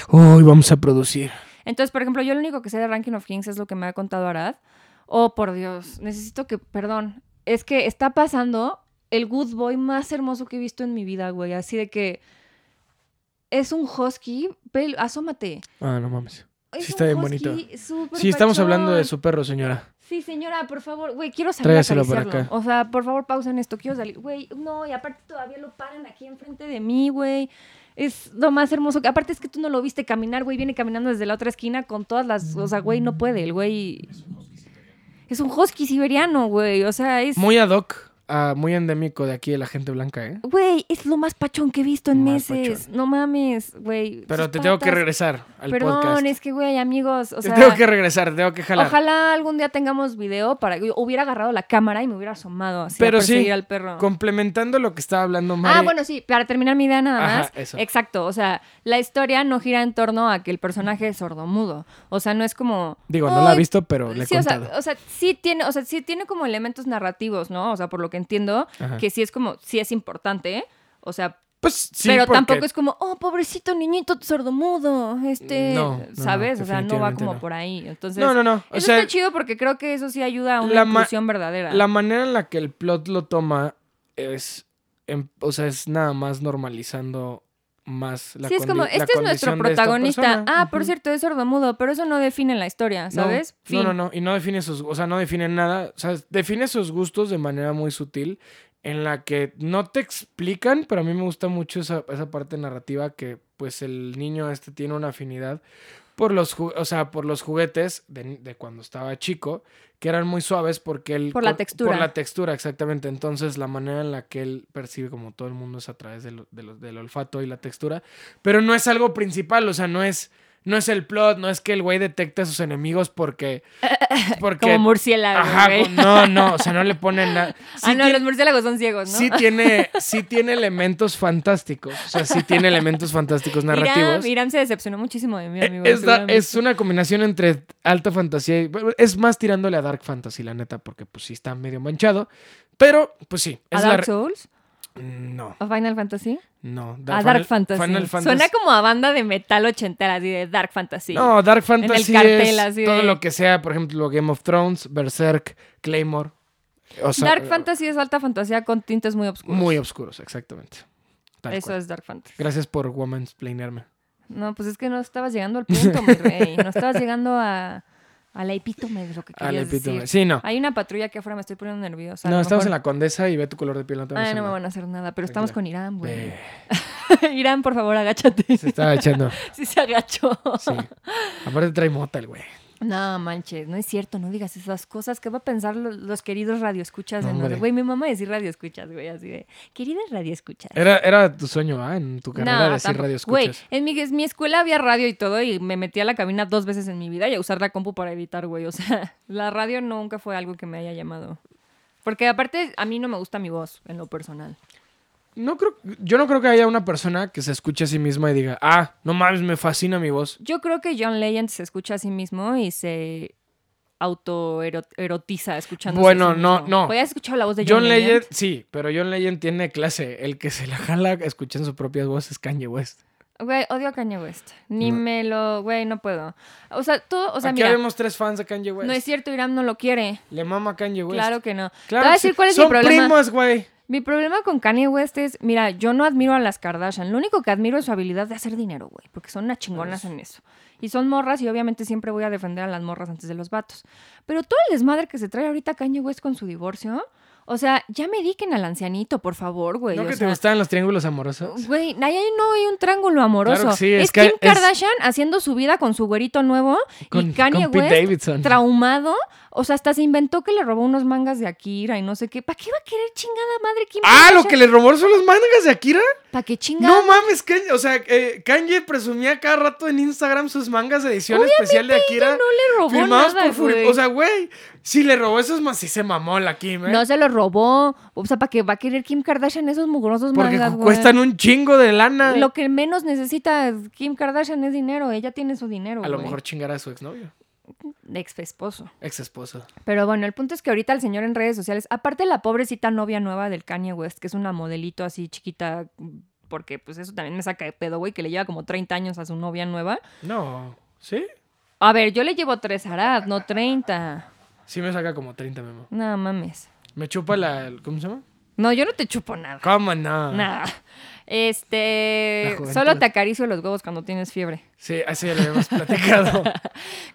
[SPEAKER 2] hoy vamos a producir.
[SPEAKER 1] entonces por ejemplo yo lo único que sé de Ranking of Kings es lo que me ha contado Arad. Oh por Dios, necesito que, perdón, es que está pasando el good boy más hermoso que he visto en mi vida, güey, así de que es un husky, ve, asómate.
[SPEAKER 2] Ah, no mames.
[SPEAKER 1] Es
[SPEAKER 2] Sí, está
[SPEAKER 1] un
[SPEAKER 2] bien
[SPEAKER 1] husky
[SPEAKER 2] bonito.
[SPEAKER 1] súper
[SPEAKER 2] Sí, estamos
[SPEAKER 1] pachón.
[SPEAKER 2] hablando de su perro, señora.
[SPEAKER 1] Sí, señora, por favor, güey, quiero salir
[SPEAKER 2] Tráigaselo
[SPEAKER 1] a
[SPEAKER 2] para
[SPEAKER 1] acariciarlo.
[SPEAKER 2] acá.
[SPEAKER 1] O sea, por favor, pausen esto, quiero salir. Güey, no, y aparte todavía lo paran aquí enfrente de mí, güey. Es lo más hermoso. que- Aparte es que tú no lo viste caminar, güey, viene caminando desde la otra esquina con todas las... O sea, güey, no puede, el güey... Es un husky siberiano, güey. O sea, es...
[SPEAKER 2] Muy ad hoc, ah, muy endémico de aquí de la gente blanca, ¿eh?
[SPEAKER 1] Güey, es lo más pachón que he visto en
[SPEAKER 2] Más
[SPEAKER 1] meses.
[SPEAKER 2] pachón.
[SPEAKER 1] No mames, güey.
[SPEAKER 2] Pero
[SPEAKER 1] sus
[SPEAKER 2] te tengo que
[SPEAKER 1] patas.
[SPEAKER 2] regresar al
[SPEAKER 1] Perdón,
[SPEAKER 2] podcast.
[SPEAKER 1] es que, güey, amigos, o sea...
[SPEAKER 2] te tengo que regresar, te tengo que jalar.
[SPEAKER 1] Ojalá algún día tengamos video para que hubiera agarrado la cámara y me hubiera asomado así
[SPEAKER 2] Pero
[SPEAKER 1] a perseguir
[SPEAKER 2] sí,
[SPEAKER 1] al perro.
[SPEAKER 2] Complementando lo que estaba hablando Mari.
[SPEAKER 1] Ah, bueno, sí, para terminar mi idea nada
[SPEAKER 2] Ajá,
[SPEAKER 1] más.
[SPEAKER 2] eso.
[SPEAKER 1] Exacto, o sea, la historia no gira en torno a que el personaje es sordomudo. O sea, no es como.
[SPEAKER 2] Digo, no la he
[SPEAKER 1] "Ay,
[SPEAKER 2] visto, pero le he
[SPEAKER 1] sí, o sea,
[SPEAKER 2] contado.
[SPEAKER 1] o sea, sí tiene, o sea, sí tiene como elementos narrativos, ¿no? O sea, por lo que entiendo,
[SPEAKER 2] Ajá.
[SPEAKER 1] que sí es como, sí es importante, ¿eh? o sea,
[SPEAKER 2] Pues sí,
[SPEAKER 1] pero
[SPEAKER 2] porque-
[SPEAKER 1] tampoco es como, oh, pobrecito niñito sordomudo, este,
[SPEAKER 2] No, no, no,
[SPEAKER 1] ¿sabes? o sea, no va
[SPEAKER 2] definitivamente
[SPEAKER 1] como
[SPEAKER 2] no.
[SPEAKER 1] por ahí. Entonces,
[SPEAKER 2] No, no, no. O
[SPEAKER 1] eso
[SPEAKER 2] sea,
[SPEAKER 1] está chido porque creo que eso sí ayuda a una
[SPEAKER 2] la ma-
[SPEAKER 1] inclusión verdadera.
[SPEAKER 2] la manera en la que el plot lo toma es. em- o sea, es nada más normalizando más la
[SPEAKER 1] sí, es como,
[SPEAKER 2] condi- la
[SPEAKER 1] este es nuestro
[SPEAKER 2] condición de esta
[SPEAKER 1] protagonista.
[SPEAKER 2] persona.
[SPEAKER 1] Ah, por
[SPEAKER 2] Ujú.
[SPEAKER 1] cierto, es sordomudo, pero eso no define la historia,
[SPEAKER 2] No,
[SPEAKER 1] ¿sabes?
[SPEAKER 2] No, no, no. Y no define sus. O sea, no define nada. O sea, define sus gustos de manera muy sutil. En la que no te explican, pero a mí me gusta mucho esa, esa parte narrativa que, pues, el niño este tiene una afinidad por los, ju- o sea, por los juguetes de, de cuando estaba chico, que eran muy suaves porque él...
[SPEAKER 1] Por la
[SPEAKER 2] con-
[SPEAKER 1] textura.
[SPEAKER 2] Por la textura, exactamente. Entonces, la manera en la que él percibe como todo el mundo es a través de lo- de lo- del olfato y la textura, pero no es algo principal, o sea, no es... No es el plot, no es que el güey detecte a sus enemigos porque... porque
[SPEAKER 1] (laughs) Como murciélagos,
[SPEAKER 2] Ajá,
[SPEAKER 1] güey.
[SPEAKER 2] no, no, o sea, no le ponen nada.
[SPEAKER 1] (laughs) ah, no, los murciélagos son ciegos, ¿no?
[SPEAKER 2] Sí tiene, sí tiene elementos fantásticos. O sea, sí tiene elementos
[SPEAKER 1] (laughs)
[SPEAKER 2] fantásticos narrativos. E,
[SPEAKER 1] Iram, Iram se decepcionó muchísimo de mí, amigo.
[SPEAKER 2] Es, da-
[SPEAKER 1] seguramente.
[SPEAKER 2] es una combinación entre alta fantasía y. bueno, Es más tirándole a Dark Fantasy, la neta, porque pues sí está medio manchado. Pero, pues sí.
[SPEAKER 1] ¿A
[SPEAKER 2] Es
[SPEAKER 1] Dark
[SPEAKER 2] la re-
[SPEAKER 1] Souls?
[SPEAKER 2] No,
[SPEAKER 1] ¿A Final Fantasy?
[SPEAKER 2] no. da-
[SPEAKER 1] a
[SPEAKER 2] Final-
[SPEAKER 1] Dark Fantasy.
[SPEAKER 2] Final Fantasy.
[SPEAKER 1] Suena como a banda de metal ochentera, así de Dark Fantasy.
[SPEAKER 2] No, Dark Fantasy
[SPEAKER 1] cartel,
[SPEAKER 2] es
[SPEAKER 1] así
[SPEAKER 2] todo
[SPEAKER 1] de-
[SPEAKER 2] lo que sea, por ejemplo, Game of Thrones, Berserk, Claymore. O sea,
[SPEAKER 1] Dark
[SPEAKER 2] eh,
[SPEAKER 1] Fantasy es alta fantasía con tintes muy oscuros.
[SPEAKER 2] Muy oscuros, exactamente. Tal
[SPEAKER 1] Eso
[SPEAKER 2] cual.
[SPEAKER 1] es Dark Fantasy.
[SPEAKER 2] Gracias por woman's planearme.
[SPEAKER 1] No, pues es que no estabas llegando al punto, mi rey. No estabas llegando a, a la epítome de lo que querías decir.
[SPEAKER 2] Sí, no.
[SPEAKER 1] Hay una patrulla aquí afuera, me estoy poniendo nerviosa. a
[SPEAKER 2] No,
[SPEAKER 1] lo
[SPEAKER 2] estamos en
[SPEAKER 1] mejor-
[SPEAKER 2] la condesa y ve tu color de piel. No te van a
[SPEAKER 1] Ay,
[SPEAKER 2] hacer
[SPEAKER 1] no me
[SPEAKER 2] nada.
[SPEAKER 1] van a hacer nada, pero estamos
[SPEAKER 2] Tranquila.
[SPEAKER 1] con Irán, güey. (laughs)
[SPEAKER 2] Ve,
[SPEAKER 1] Irán, por favor, agáchate.
[SPEAKER 2] Se está echando.
[SPEAKER 1] (laughs) Sí se agachó.
[SPEAKER 2] Sí. Aparte trae mota el güey.
[SPEAKER 1] No, manches, no es cierto, no digas esas cosas. ¿Qué va a pensar lo- los, queridos radioescuchas?
[SPEAKER 2] No,
[SPEAKER 1] de
[SPEAKER 2] hombre.
[SPEAKER 1] nosotros? Güey, mi mamá decir radioescuchas, güey, así de... Queridas radioescuchas.
[SPEAKER 2] Era, era tu sueño, ¿ah? En tu carrera
[SPEAKER 1] No,
[SPEAKER 2] decir
[SPEAKER 1] tampoco.
[SPEAKER 2] radio
[SPEAKER 1] Güey,
[SPEAKER 2] escuchas.
[SPEAKER 1] en mi, en mi escuela había radio y todo y me metí a la cabina dos veces en mi vida y a usar la compu para editar, güey. O sea, (laughs) la radio nunca fue algo que me haya llamado. Porque aparte a mí no me gusta mi voz en lo personal.
[SPEAKER 2] No creo, yo no creo que haya una persona que se escuche a sí misma y diga, ah, no mames, me fascina mi voz.
[SPEAKER 1] Yo creo que John Legend se escucha a sí mismo y se autoerotiza escuchando.
[SPEAKER 2] Bueno, no, no.
[SPEAKER 1] ¿Habías escuchado la voz de John,
[SPEAKER 2] John Legend, sí, pero John Legend tiene clase. El que se la jala escuchando sus propias voces es Kanye West.
[SPEAKER 1] Güey, odio a Kanye West. Ni
[SPEAKER 2] No.
[SPEAKER 1] me lo, güey, no puedo. O sea, todo, o sea,
[SPEAKER 2] Aquí
[SPEAKER 1] mira,
[SPEAKER 2] habemos tres fans de Kanye West.
[SPEAKER 1] no es cierto, Irán no lo quiere.
[SPEAKER 2] Le mama a Kanye West.
[SPEAKER 1] Claro que no.
[SPEAKER 2] Claro
[SPEAKER 1] Te voy a
[SPEAKER 2] que sí.
[SPEAKER 1] decir cuál es mi
[SPEAKER 2] Son
[SPEAKER 1] problema.
[SPEAKER 2] primos, güey.
[SPEAKER 1] Mi problema con Kanye West es, mira, yo no admiro a las Kardashian. Lo único que admiro es su habilidad de hacer dinero, güey. Porque son unas chingonas
[SPEAKER 2] Pues.
[SPEAKER 1] en eso. Y son morras y obviamente siempre voy a defender a las morras antes de los vatos. Pero todo el desmadre que se trae ahorita Kanye West con su divorcio... O sea, ya mediquen al ancianito, por favor, güey.
[SPEAKER 2] ¿No
[SPEAKER 1] o
[SPEAKER 2] que te
[SPEAKER 1] sea,
[SPEAKER 2] gustaban los triángulos amorosos?
[SPEAKER 1] Güey, ahí no hay un triángulo amoroso.
[SPEAKER 2] Claro que sí,
[SPEAKER 1] es,
[SPEAKER 2] es que-
[SPEAKER 1] Kim
[SPEAKER 2] es-
[SPEAKER 1] Kardashian haciendo su vida con su güerito nuevo
[SPEAKER 2] Con-
[SPEAKER 1] y Kanye
[SPEAKER 2] con Pete
[SPEAKER 1] West
[SPEAKER 2] Davidson.
[SPEAKER 1] traumado. O sea, hasta se inventó que le robó unos mangas de Akira y no sé qué. ¿Para qué va a querer chingada madre Kim
[SPEAKER 2] Ah, lo que le robó son los mangas de Akira.
[SPEAKER 1] ¿Para qué chingada?
[SPEAKER 2] No mames, Kanye, o sea, eh, Kanye presumía cada rato en Instagram sus mangas de edición especial de Akira.
[SPEAKER 1] no le robó
[SPEAKER 2] firmados
[SPEAKER 1] nada,
[SPEAKER 2] por Furi-
[SPEAKER 1] güey.
[SPEAKER 2] O sea, güey, si le robó esos más, sí se mamó la Kim, ¿eh?
[SPEAKER 1] No se lo robó. O sea, ¿para qué va a querer Kim Kardashian esos mugrosos
[SPEAKER 2] Porque
[SPEAKER 1] mangas,
[SPEAKER 2] cu-
[SPEAKER 1] güey?
[SPEAKER 2] cuestan un chingo de lana.
[SPEAKER 1] Lo que menos necesita Kim Kardashian es dinero. Ella tiene su dinero,
[SPEAKER 2] A lo
[SPEAKER 1] güey.
[SPEAKER 2] mejor chingar a su exnovio,
[SPEAKER 1] De ex esposo.
[SPEAKER 2] ex esposo.
[SPEAKER 1] Pero bueno, el punto es que ahorita el señor en redes sociales, aparte la pobrecita novia nueva del Kanye West, que es una modelito así chiquita, porque pues eso también me saca de pedo, güey, que le lleva como 30 años a su novia nueva.
[SPEAKER 2] No, ¿sí?
[SPEAKER 1] A ver, yo le llevo 3 Arad, no 30.
[SPEAKER 2] Sí me saca como 30, Memo.
[SPEAKER 1] No mames.
[SPEAKER 2] Me chupa la... ¿Cómo se llama?
[SPEAKER 1] No, yo no te chupo nada.
[SPEAKER 2] ¿Cómo no?
[SPEAKER 1] Nada.
[SPEAKER 2] La
[SPEAKER 1] Este,
[SPEAKER 2] juventud.
[SPEAKER 1] solo te acaricio los huevos cuando tienes fiebre.
[SPEAKER 2] Sí, así ya lo (laughs) habíamos platicado.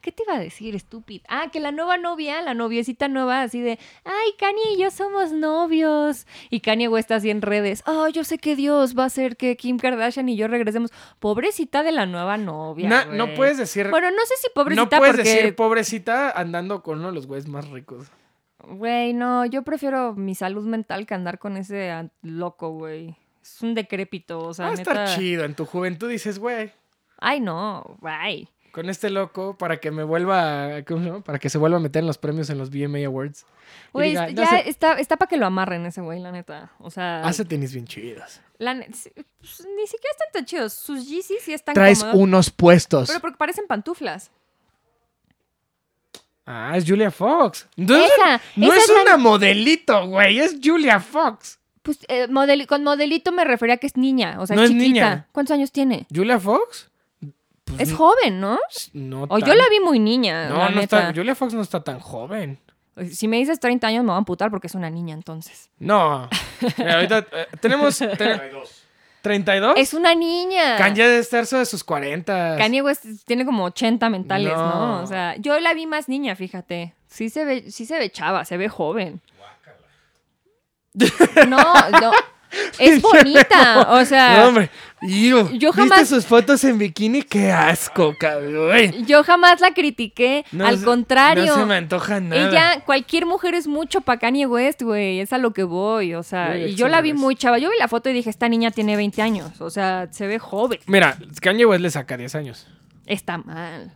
[SPEAKER 1] ¿Qué te iba a decir, estúpido? Ah, que la nueva novia, la noviecita nueva, así de, ay, Kanye y yo somos novios. Y Kanye West así en redes, oh, yo sé que Dios va a hacer que Kim Kardashian y yo regresemos. Pobrecita de la nueva novia.
[SPEAKER 2] Na-
[SPEAKER 1] güey.
[SPEAKER 2] no puedes decir...
[SPEAKER 1] Bueno, no sé si
[SPEAKER 2] no
[SPEAKER 1] pobrecita
[SPEAKER 2] puedes
[SPEAKER 1] porque.
[SPEAKER 2] decir pobrecita andando con uno de los güeyes más ricos.
[SPEAKER 1] Güey, no, yo prefiero mi salud mental que andar con ese ah, loco, güey. Es un decrépito, o sea,
[SPEAKER 2] Va a
[SPEAKER 1] neta.
[SPEAKER 2] estar chido. En tu juventud dices, güey,
[SPEAKER 1] Ay, no, bye.
[SPEAKER 2] con este loco para que me vuelva, ¿cómo se llama? Para que se vuelva a meter en los premios en los BMA Awards. Y
[SPEAKER 1] Güey,
[SPEAKER 2] diga,
[SPEAKER 1] est-
[SPEAKER 2] "No
[SPEAKER 1] Pues, ya
[SPEAKER 2] sé,
[SPEAKER 1] está, está para que lo amarren ese güey, la neta. O sea.
[SPEAKER 2] hace tenis bien chidos.
[SPEAKER 1] La ne- sí, pues, ni siquiera están tan chidos. Sus Yeezys sí están
[SPEAKER 2] Traes
[SPEAKER 1] cómodos.
[SPEAKER 2] unos puestos.
[SPEAKER 1] Pero porque parecen pantuflas.
[SPEAKER 2] Ah, es Julia Fox. Entonces,
[SPEAKER 1] Esa,
[SPEAKER 2] ¿Eh? no
[SPEAKER 1] esa
[SPEAKER 2] es
[SPEAKER 1] es la-
[SPEAKER 2] una modelito, güey, es Julia Fox.
[SPEAKER 1] Pues eh, modeli- con modelito me refería a que es niña, o sea,
[SPEAKER 2] No
[SPEAKER 1] es
[SPEAKER 2] es
[SPEAKER 1] chiquita.
[SPEAKER 2] niña.
[SPEAKER 1] ¿Cuántos años tiene?
[SPEAKER 2] ¿Julia Fox? Pues,
[SPEAKER 1] Es joven, ¿no?
[SPEAKER 2] no
[SPEAKER 1] O yo
[SPEAKER 2] tan-
[SPEAKER 1] la vi muy niña.
[SPEAKER 2] No,
[SPEAKER 1] la
[SPEAKER 2] no
[SPEAKER 1] neta.
[SPEAKER 2] está. Julia Fox no está tan joven.
[SPEAKER 1] Si me dices 30 años me va a amputar porque es una niña entonces.
[SPEAKER 2] No. Mira, ahorita eh,
[SPEAKER 1] (laughs)
[SPEAKER 2] tenemos. te-
[SPEAKER 3] 32.
[SPEAKER 2] ¿32?
[SPEAKER 1] Es una niña.
[SPEAKER 2] Kanye de estarso de sus 40.
[SPEAKER 1] Kanye West tiene como 80 mentales, ¿no?
[SPEAKER 2] No.
[SPEAKER 1] O sea, yo la vi más niña, fíjate. Sí se ve, sí se ve chava, se ve joven.
[SPEAKER 3] Guácala.
[SPEAKER 1] No,
[SPEAKER 2] (laughs)
[SPEAKER 1] no. Es bonita, o sea.
[SPEAKER 2] No, hombre. Iu,
[SPEAKER 1] yo
[SPEAKER 2] ¿Viste
[SPEAKER 1] jamás-
[SPEAKER 2] sus fotos en bikini? ¡Qué asco, cabrón! Uy.
[SPEAKER 1] Yo jamás la critiqué,
[SPEAKER 2] No
[SPEAKER 1] al
[SPEAKER 2] se-
[SPEAKER 1] contrario.
[SPEAKER 2] No se me antoja nada.
[SPEAKER 1] Ella, cualquier mujer es mucho para Kanye West, güey, es a lo que voy, o sea,
[SPEAKER 2] Güey,
[SPEAKER 1] y yo la vi
[SPEAKER 2] excelente.
[SPEAKER 1] muy chava, yo vi la foto y dije, esta niña tiene 20 años, o sea, se ve joven,
[SPEAKER 2] Mira, Kanye West le saca 10 años.
[SPEAKER 1] está mal,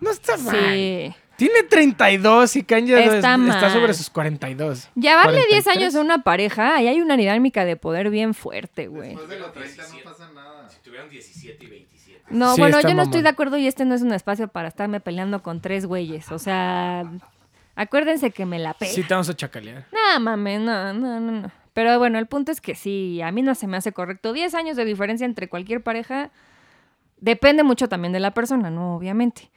[SPEAKER 2] No está mal.
[SPEAKER 1] sí.
[SPEAKER 2] Tiene 32 y Kanye
[SPEAKER 1] Está
[SPEAKER 2] es- está,
[SPEAKER 1] mal.
[SPEAKER 2] sobre sus 42.
[SPEAKER 1] Llevarle 10
[SPEAKER 2] 43.
[SPEAKER 1] años a una pareja, ahí hay una dinámica de poder bien fuerte, güey.
[SPEAKER 3] Después de los 30 no
[SPEAKER 4] 17.
[SPEAKER 3] pasa nada.
[SPEAKER 4] Si tuvieran 17 y 27.
[SPEAKER 1] No,
[SPEAKER 2] Sí,
[SPEAKER 1] bueno, yo
[SPEAKER 2] está
[SPEAKER 1] no estoy
[SPEAKER 2] mamón.
[SPEAKER 1] de acuerdo y este no es un espacio para estarme peleando con tres güeyes, o sea, acuérdense que me la pela.
[SPEAKER 2] Sí, te vamos a chacalear.
[SPEAKER 1] No, mames, no, no, no, no. Pero bueno, el punto es que sí, a mí no se me hace correcto. 10 años de diferencia entre cualquier pareja depende mucho también de la persona, ¿no? Obviamente.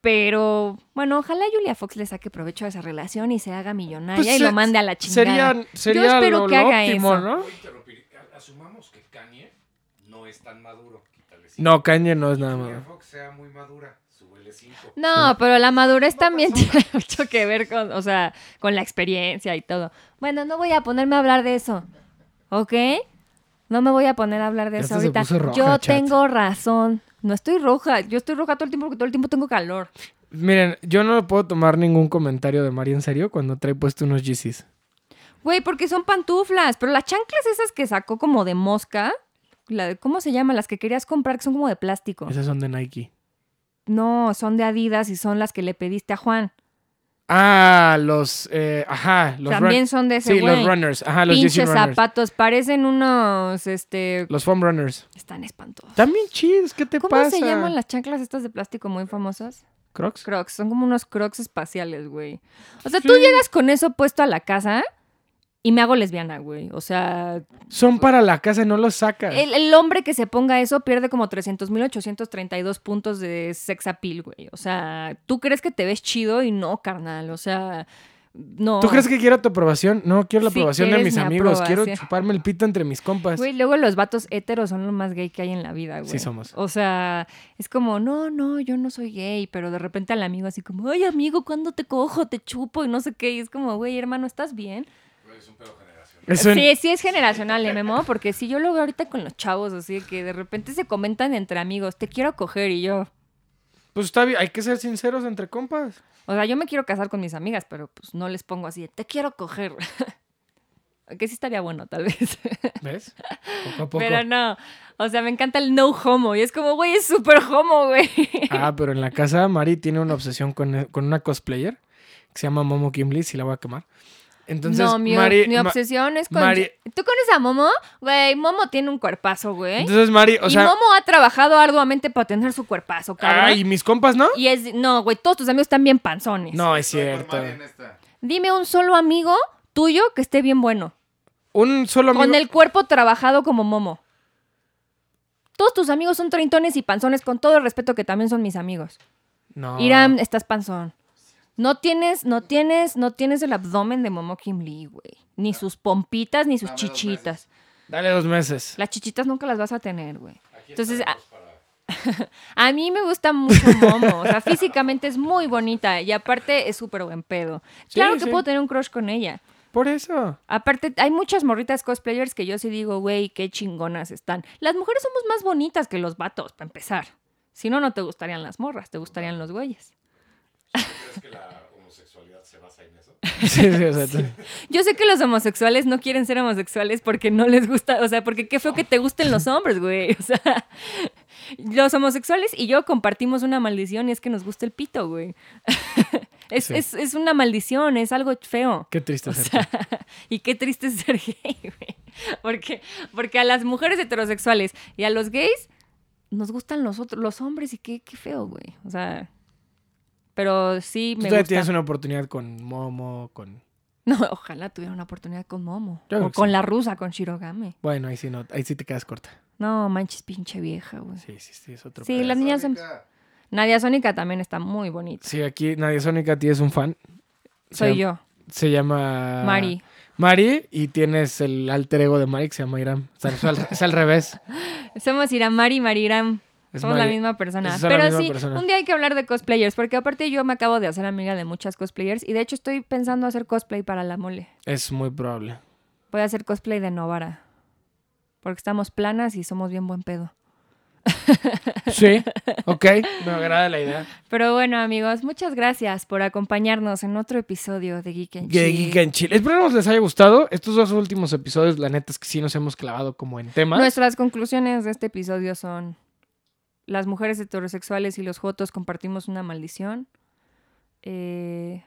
[SPEAKER 1] Pero bueno, ojalá Julia Fox le saque provecho a esa relación y se haga millonaria
[SPEAKER 2] Pues
[SPEAKER 1] y
[SPEAKER 2] se-
[SPEAKER 1] lo mande a la chingada.
[SPEAKER 2] Sería, sería
[SPEAKER 1] espero
[SPEAKER 2] lo,
[SPEAKER 1] que
[SPEAKER 2] lo
[SPEAKER 1] haga
[SPEAKER 2] óptimo,
[SPEAKER 1] eso.
[SPEAKER 2] ¿no?
[SPEAKER 4] Voy a interrumpir. A- Asumamos que Kanye no es tan maduro. Quítale cinco.
[SPEAKER 2] No, Kanye no es nada
[SPEAKER 3] Julia
[SPEAKER 2] más.
[SPEAKER 3] Fox sea muy madura.
[SPEAKER 4] Súbele 5.
[SPEAKER 1] No, pero la madurez también (laughs) tiene mucho que ver con, o sea, con la experiencia y todo. Bueno, no voy a ponerme a hablar de eso. ¿Ok? No me voy a poner a hablar de
[SPEAKER 2] Ya
[SPEAKER 1] eso
[SPEAKER 2] hasta se
[SPEAKER 1] ahorita.
[SPEAKER 2] puso roja,
[SPEAKER 1] yo
[SPEAKER 2] chat.
[SPEAKER 1] tengo razón. No estoy roja. Yo estoy roja todo el tiempo porque todo el tiempo tengo calor.
[SPEAKER 2] Miren, yo no puedo tomar ningún comentario de María en serio cuando trae puesto unos Yeezys.
[SPEAKER 1] Güey, porque son pantuflas. Pero las chanclas esas que sacó como de mosca, la de- ¿cómo se llaman? Las que querías comprar que son como de plástico.
[SPEAKER 2] Esas son de Nike.
[SPEAKER 1] No, son de Adidas y son las que le pediste a Juan.
[SPEAKER 2] Ah, los. eh, ajá, los
[SPEAKER 1] También
[SPEAKER 2] run-
[SPEAKER 1] son de ese
[SPEAKER 2] Sí, los
[SPEAKER 1] güey.
[SPEAKER 2] runners. Ajá, los Yeezy
[SPEAKER 1] Pinches
[SPEAKER 2] runners.
[SPEAKER 1] zapatos. Parecen unos, este...
[SPEAKER 2] Los foam runners.
[SPEAKER 1] Están espantosos.
[SPEAKER 2] También chidos, ¿qué te
[SPEAKER 1] ¿Cómo
[SPEAKER 2] pasa?
[SPEAKER 1] se llaman las chanclas estas de plástico muy famosas?
[SPEAKER 2] Crocs?
[SPEAKER 1] Crocs, son como unos crocs espaciales, güey. O sea, tú llegas con eso puesto a la casa y me hago lesbiana, güey. O sea,
[SPEAKER 2] Son para la casa, no los sacas.
[SPEAKER 1] el, el hombre que se ponga eso pierde como 300.832 puntos de sex appeal, güey. O sea, tú crees que te ves chido y no, carnal. O sea, No.
[SPEAKER 2] ¿Tú crees que quiero tu aprobación? No, quiero la
[SPEAKER 1] Sí,
[SPEAKER 2] aprobación de
[SPEAKER 1] quieres
[SPEAKER 2] mis
[SPEAKER 1] mi
[SPEAKER 2] amigos. Quiero
[SPEAKER 1] aprobación.
[SPEAKER 2] chuparme el pito entre mis compas.
[SPEAKER 1] Güey, luego los vatos héteros son lo más gay que hay en la vida, güey.
[SPEAKER 2] Sí somos.
[SPEAKER 1] O sea, es como, no, no, yo no soy gay, pero de repente al amigo así como, ay, amigo, ¿cuándo te cojo? Te chupo y no sé qué. Y es como, güey, hermano, ¿estás bien?
[SPEAKER 4] Güey, Es un pedo generacional.
[SPEAKER 2] Eso en-
[SPEAKER 1] Sí, sí es generacional, ¿eh, Memo? Porque si yo lo veo ahorita con los chavos, así de que de repente se comentan entre amigos, te quiero coger y yo...
[SPEAKER 2] Pues está bien, hay que ser sinceros entre compas.
[SPEAKER 1] O sea, yo me quiero casar con mis amigas, pero pues no les pongo así de, te quiero coger. (laughs) que sí estaría bueno, tal vez.
[SPEAKER 2] ¿Ves? Poco a poco.
[SPEAKER 1] Pero no. O sea, me encanta el no homo. Y es como, güey, es súper homo, güey.
[SPEAKER 2] Ah, pero en la casa Mari tiene una obsesión con, con una cosplayer que se llama Momo Kimberly, si la voy a quemar. Entonces,
[SPEAKER 1] no, mi,
[SPEAKER 2] Mari,
[SPEAKER 1] mi
[SPEAKER 2] Ma-
[SPEAKER 1] obsesión es con.
[SPEAKER 2] Mari-
[SPEAKER 1] ¿Tú conoces a Momo? Güey, Momo tiene un cuerpazo, güey.
[SPEAKER 2] Entonces, Mari, o
[SPEAKER 1] ¿eh? Y
[SPEAKER 2] sea,
[SPEAKER 1] Momo ha trabajado arduamente para tener su cuerpazo, cabrón.
[SPEAKER 2] ay, mis compas, ¿no?
[SPEAKER 1] Y es. No, güey, todos tus amigos están bien panzones.
[SPEAKER 2] No, es
[SPEAKER 4] Estoy con
[SPEAKER 2] cierto.
[SPEAKER 4] Mari en esta.
[SPEAKER 1] Dime un solo amigo tuyo que esté bien bueno.
[SPEAKER 2] Un solo amigo.
[SPEAKER 1] Con el cuerpo trabajado como Momo. Todos tus amigos son treintones y panzones, con todo el respeto que también son mis amigos.
[SPEAKER 2] No.
[SPEAKER 1] Iram, estás panzón. No tienes, no tienes, no tienes el abdomen de Momo Kim Lee, güey. Ni sus pompitas, ni sus
[SPEAKER 4] Dame dos
[SPEAKER 1] chichitas.
[SPEAKER 2] Dale dos meses.
[SPEAKER 1] Las chichitas nunca las vas a tener, güey.
[SPEAKER 4] Aquí
[SPEAKER 1] Entonces, a,
[SPEAKER 4] estamos para-
[SPEAKER 1] (laughs) a mí me gusta mucho Momo. O sea, físicamente es muy bonita y aparte es súper buen pedo.
[SPEAKER 2] Sí,
[SPEAKER 1] Claro que
[SPEAKER 2] sí.
[SPEAKER 1] puedo tener un crush con ella.
[SPEAKER 2] Por eso. (laughs)
[SPEAKER 1] Aparte, hay muchas morritas cosplayers que yo sí digo, güey, qué chingonas están. Las mujeres somos más bonitas que los vatos, para empezar. Si no, no te gustarían las morras, te gustarían los güeyes.
[SPEAKER 4] ¿Crees que la homosexualidad se basa en eso?
[SPEAKER 2] Sí, sí, o sea, tú-
[SPEAKER 1] Yo sé que los homosexuales no quieren ser homosexuales porque no les gusta, o sea, porque qué feo que te gusten los hombres, güey. O sea, los homosexuales y yo compartimos una maldición y es que nos gusta el pito, güey. (laughs) Es,
[SPEAKER 2] Sí.
[SPEAKER 1] es- es una maldición, es algo feo.
[SPEAKER 2] Qué triste
[SPEAKER 1] O
[SPEAKER 2] ser
[SPEAKER 1] sea,
[SPEAKER 2] tú.
[SPEAKER 1] y qué triste (laughs) es ser gay, güey. Porque, porque a las mujeres heterosexuales y a los gays nos gustan los otros, los hombres y qué, qué feo, güey. O sea, pero sí
[SPEAKER 2] Tú
[SPEAKER 1] me
[SPEAKER 2] todavía
[SPEAKER 1] gusta.
[SPEAKER 2] tienes una oportunidad con Momo, con.
[SPEAKER 1] No, ojalá tuviera una oportunidad con Momo.
[SPEAKER 2] Yo creo
[SPEAKER 1] o
[SPEAKER 2] que
[SPEAKER 1] con
[SPEAKER 2] sí.
[SPEAKER 1] la rusa, con Shirogame.
[SPEAKER 2] Bueno, ahí sí no, ahí sí te quedas corta.
[SPEAKER 1] No, manches, pinche vieja, güey.
[SPEAKER 2] Sí, sí, sí, es otro.
[SPEAKER 1] Sí,
[SPEAKER 2] pedo.
[SPEAKER 1] las niñas son-
[SPEAKER 4] Sónica,
[SPEAKER 1] Nadia Sónica también está muy bonita.
[SPEAKER 2] Sí, aquí Nadia Sónica tienes un fan.
[SPEAKER 1] Soy
[SPEAKER 2] Se-
[SPEAKER 1] yo,
[SPEAKER 2] Se llama.
[SPEAKER 1] Mari.
[SPEAKER 2] Mari, y tienes el alter ego de Mari que se llama Iram. O sea, es al, es al revés.
[SPEAKER 1] Somos Iram Mari Mariram.
[SPEAKER 2] Es
[SPEAKER 1] Somos la
[SPEAKER 2] Mari.
[SPEAKER 1] misma persona.
[SPEAKER 2] Son la
[SPEAKER 1] Pero
[SPEAKER 2] misma
[SPEAKER 1] sí,
[SPEAKER 2] persona.
[SPEAKER 1] un día hay que hablar de cosplayers, porque aparte yo me acabo de hacer amiga de muchas cosplayers y de hecho estoy pensando hacer cosplay para la mole.
[SPEAKER 2] Es
[SPEAKER 1] (laughs)
[SPEAKER 2] muy probable.
[SPEAKER 1] Voy a hacer cosplay de Novara. Porque estamos planas y somos bien buen pedo.
[SPEAKER 2] Sí, ok. Me agrada la idea.
[SPEAKER 1] Pero bueno, amigos, muchas gracias por acompañarnos en otro episodio de Geek and
[SPEAKER 2] Que
[SPEAKER 1] Chill.
[SPEAKER 2] Geek and Chill. Espero nos les haya gustado. Estos dos últimos episodios, la neta es que sí nos hemos clavado como en temas.
[SPEAKER 1] Nuestras conclusiones de este episodio son: las mujeres heterosexuales y los jotos compartimos una maldición. Eh,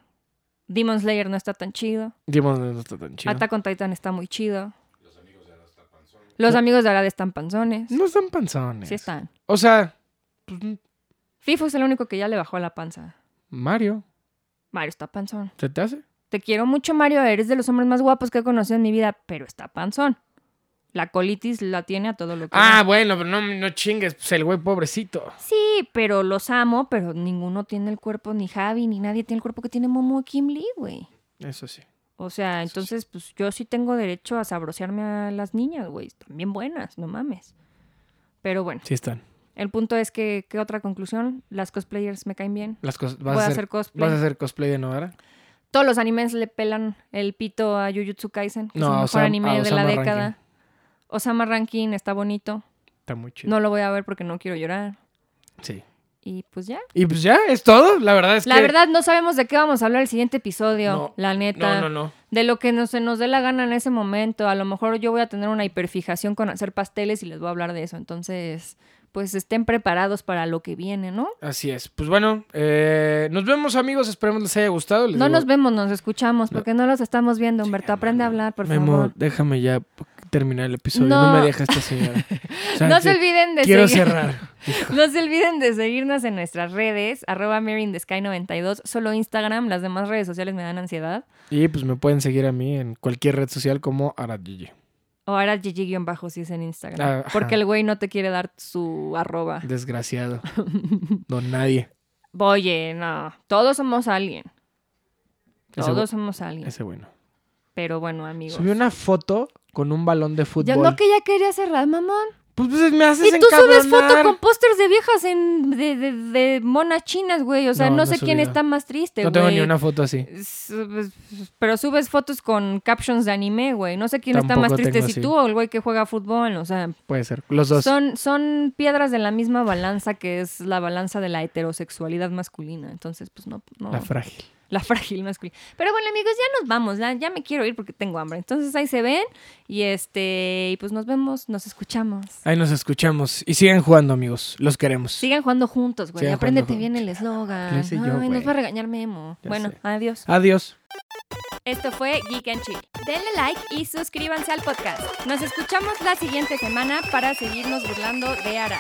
[SPEAKER 1] Demon Slayer no está tan chido.
[SPEAKER 2] Dimos, no está tan chido.
[SPEAKER 1] Attack on Titan está muy chido.
[SPEAKER 4] Los amigos de la está panzón.
[SPEAKER 1] Los amigos de Arad están panzones.
[SPEAKER 2] No están panzones.
[SPEAKER 1] Sí están.
[SPEAKER 2] O sea, pues,
[SPEAKER 1] FIFO es el único que ya le bajó la panza.
[SPEAKER 2] Mario,
[SPEAKER 1] Mario está panzón.
[SPEAKER 2] ¿se te hace?
[SPEAKER 1] Te quiero mucho, Mario. Eres de los hombres más guapos que he conocido en mi vida, pero está panzón. La colitis la tiene a todo lo que.
[SPEAKER 2] Ah,
[SPEAKER 1] da.
[SPEAKER 2] bueno, pero no, no chingues. Pues el güey pobrecito.
[SPEAKER 1] Sí, pero los amo, pero ninguno tiene el cuerpo, ni Javi, ni nadie tiene el cuerpo que tiene Momo Kim Lee, güey.
[SPEAKER 2] Eso sí.
[SPEAKER 1] O sea, entonces, pues yo sí tengo derecho a sabrosearme a las niñas, güey. Están bien buenas, no mames. Pero bueno,
[SPEAKER 2] Sí están.
[SPEAKER 1] el punto es que, ¿qué otra conclusión? Las cosplayers me caen bien.
[SPEAKER 2] Las cosas.
[SPEAKER 1] Voy a
[SPEAKER 2] Vas, a
[SPEAKER 1] hacer,
[SPEAKER 2] hacer,
[SPEAKER 1] cosplay.
[SPEAKER 2] vas a hacer cosplay de Novara.
[SPEAKER 1] Todos los animes le pelan el pito a Jujutsu Kaisen, que
[SPEAKER 2] No,
[SPEAKER 1] es el mejor
[SPEAKER 2] a Osam- a
[SPEAKER 1] anime de la
[SPEAKER 2] Osama
[SPEAKER 1] década.
[SPEAKER 2] Rankin.
[SPEAKER 1] Osama Rankin está bonito.
[SPEAKER 2] Está muy chido.
[SPEAKER 1] No lo voy a ver porque no quiero llorar.
[SPEAKER 2] Sí.
[SPEAKER 1] Y pues ya.
[SPEAKER 2] Y pues ya, es todo. La verdad es
[SPEAKER 1] La
[SPEAKER 2] que.
[SPEAKER 1] verdad, no sabemos de qué vamos a hablar el siguiente episodio,
[SPEAKER 2] No,
[SPEAKER 1] la neta.
[SPEAKER 2] No, no, no.
[SPEAKER 1] De lo que nos, se nos dé la gana en ese momento. A lo mejor yo voy a tener una hiperfijación con hacer pasteles y les voy a hablar de eso. Entonces, pues estén preparados para lo que viene, ¿no?
[SPEAKER 2] Así es. Pues bueno, eh, nos vemos, amigos. Esperemos les haya gustado. Les
[SPEAKER 1] no
[SPEAKER 2] digo-
[SPEAKER 1] nos vemos, nos escuchamos, porque no los estamos viendo, Humberto. Aprende a hablar, por
[SPEAKER 2] Memo,
[SPEAKER 1] favor.
[SPEAKER 2] déjame ya terminar el episodio. No,
[SPEAKER 1] No.
[SPEAKER 2] me deja esta
[SPEAKER 1] (laughs)
[SPEAKER 2] señora. O sea,
[SPEAKER 1] No
[SPEAKER 2] que-
[SPEAKER 1] se olviden de
[SPEAKER 2] Quiero
[SPEAKER 1] seguir- (laughs)
[SPEAKER 2] cerrar.
[SPEAKER 1] No se olviden de seguirnos en nuestras redes, arroba maryinthesky92, solo Instagram, las demás redes sociales me dan ansiedad.
[SPEAKER 2] Y pues me pueden seguir a mí en cualquier red social como Aradjiji.
[SPEAKER 1] O ahora Gigi-bajo si es en Instagram.
[SPEAKER 2] Ah,
[SPEAKER 1] Porque
[SPEAKER 2] ajá.
[SPEAKER 1] el güey no te quiere dar su arroba. (laughs)
[SPEAKER 2] Desgraciado. Don nadie.
[SPEAKER 1] Oye, no, todos somos alguien.
[SPEAKER 2] Ese
[SPEAKER 1] Todos somos alguien.
[SPEAKER 2] Ese bueno.
[SPEAKER 1] Pero bueno, amigos.
[SPEAKER 2] Subió una foto con un balón de fútbol.
[SPEAKER 1] Yo no que ya quería cerrar, mamón.
[SPEAKER 2] Pues, pues, me haces
[SPEAKER 1] Y tú subes foto
[SPEAKER 2] encabronar.
[SPEAKER 1] con pósters de viejas en, de, de, de monas chinas, güey. O sea, no,
[SPEAKER 2] No, no he
[SPEAKER 1] sé quién
[SPEAKER 2] subido.
[SPEAKER 1] está más triste, güey.
[SPEAKER 2] No tengo ni una foto así.
[SPEAKER 1] S- pues, Pero subes fotos con captions de anime, güey. No sé quién está
[SPEAKER 2] Tampoco
[SPEAKER 1] más triste,
[SPEAKER 2] tengo
[SPEAKER 1] si
[SPEAKER 2] así.
[SPEAKER 1] tú o el güey que juega fútbol. O sea,
[SPEAKER 2] Puede ser. Los dos.
[SPEAKER 1] son, son piedras de la misma balanza que es la balanza de la heterosexualidad masculina. Entonces, pues no. no
[SPEAKER 2] La frágil.
[SPEAKER 1] la frágil masculina. Pero bueno, amigos, ya nos vamos. Ya, ya me quiero ir porque tengo hambre. Entonces ahí se ven. Y este, y pues nos vemos, nos escuchamos.
[SPEAKER 2] Ahí nos escuchamos. Y sigan jugando, amigos. Los queremos.
[SPEAKER 1] Sigan jugando juntos, güey.
[SPEAKER 2] Sigan
[SPEAKER 1] Apréndete
[SPEAKER 2] jugando
[SPEAKER 1] bien el
[SPEAKER 2] Lo
[SPEAKER 1] eslogan.
[SPEAKER 2] hice yo,
[SPEAKER 1] Ay,
[SPEAKER 2] güey.
[SPEAKER 1] nos va a regañar Memo.
[SPEAKER 2] Ya
[SPEAKER 1] bueno,
[SPEAKER 2] sé.
[SPEAKER 1] adiós.
[SPEAKER 2] Adiós.
[SPEAKER 1] Esto fue Geek and Chill. Denle like y suscríbanse al podcast. Nos escuchamos la siguiente semana para seguirnos burlando de Ara.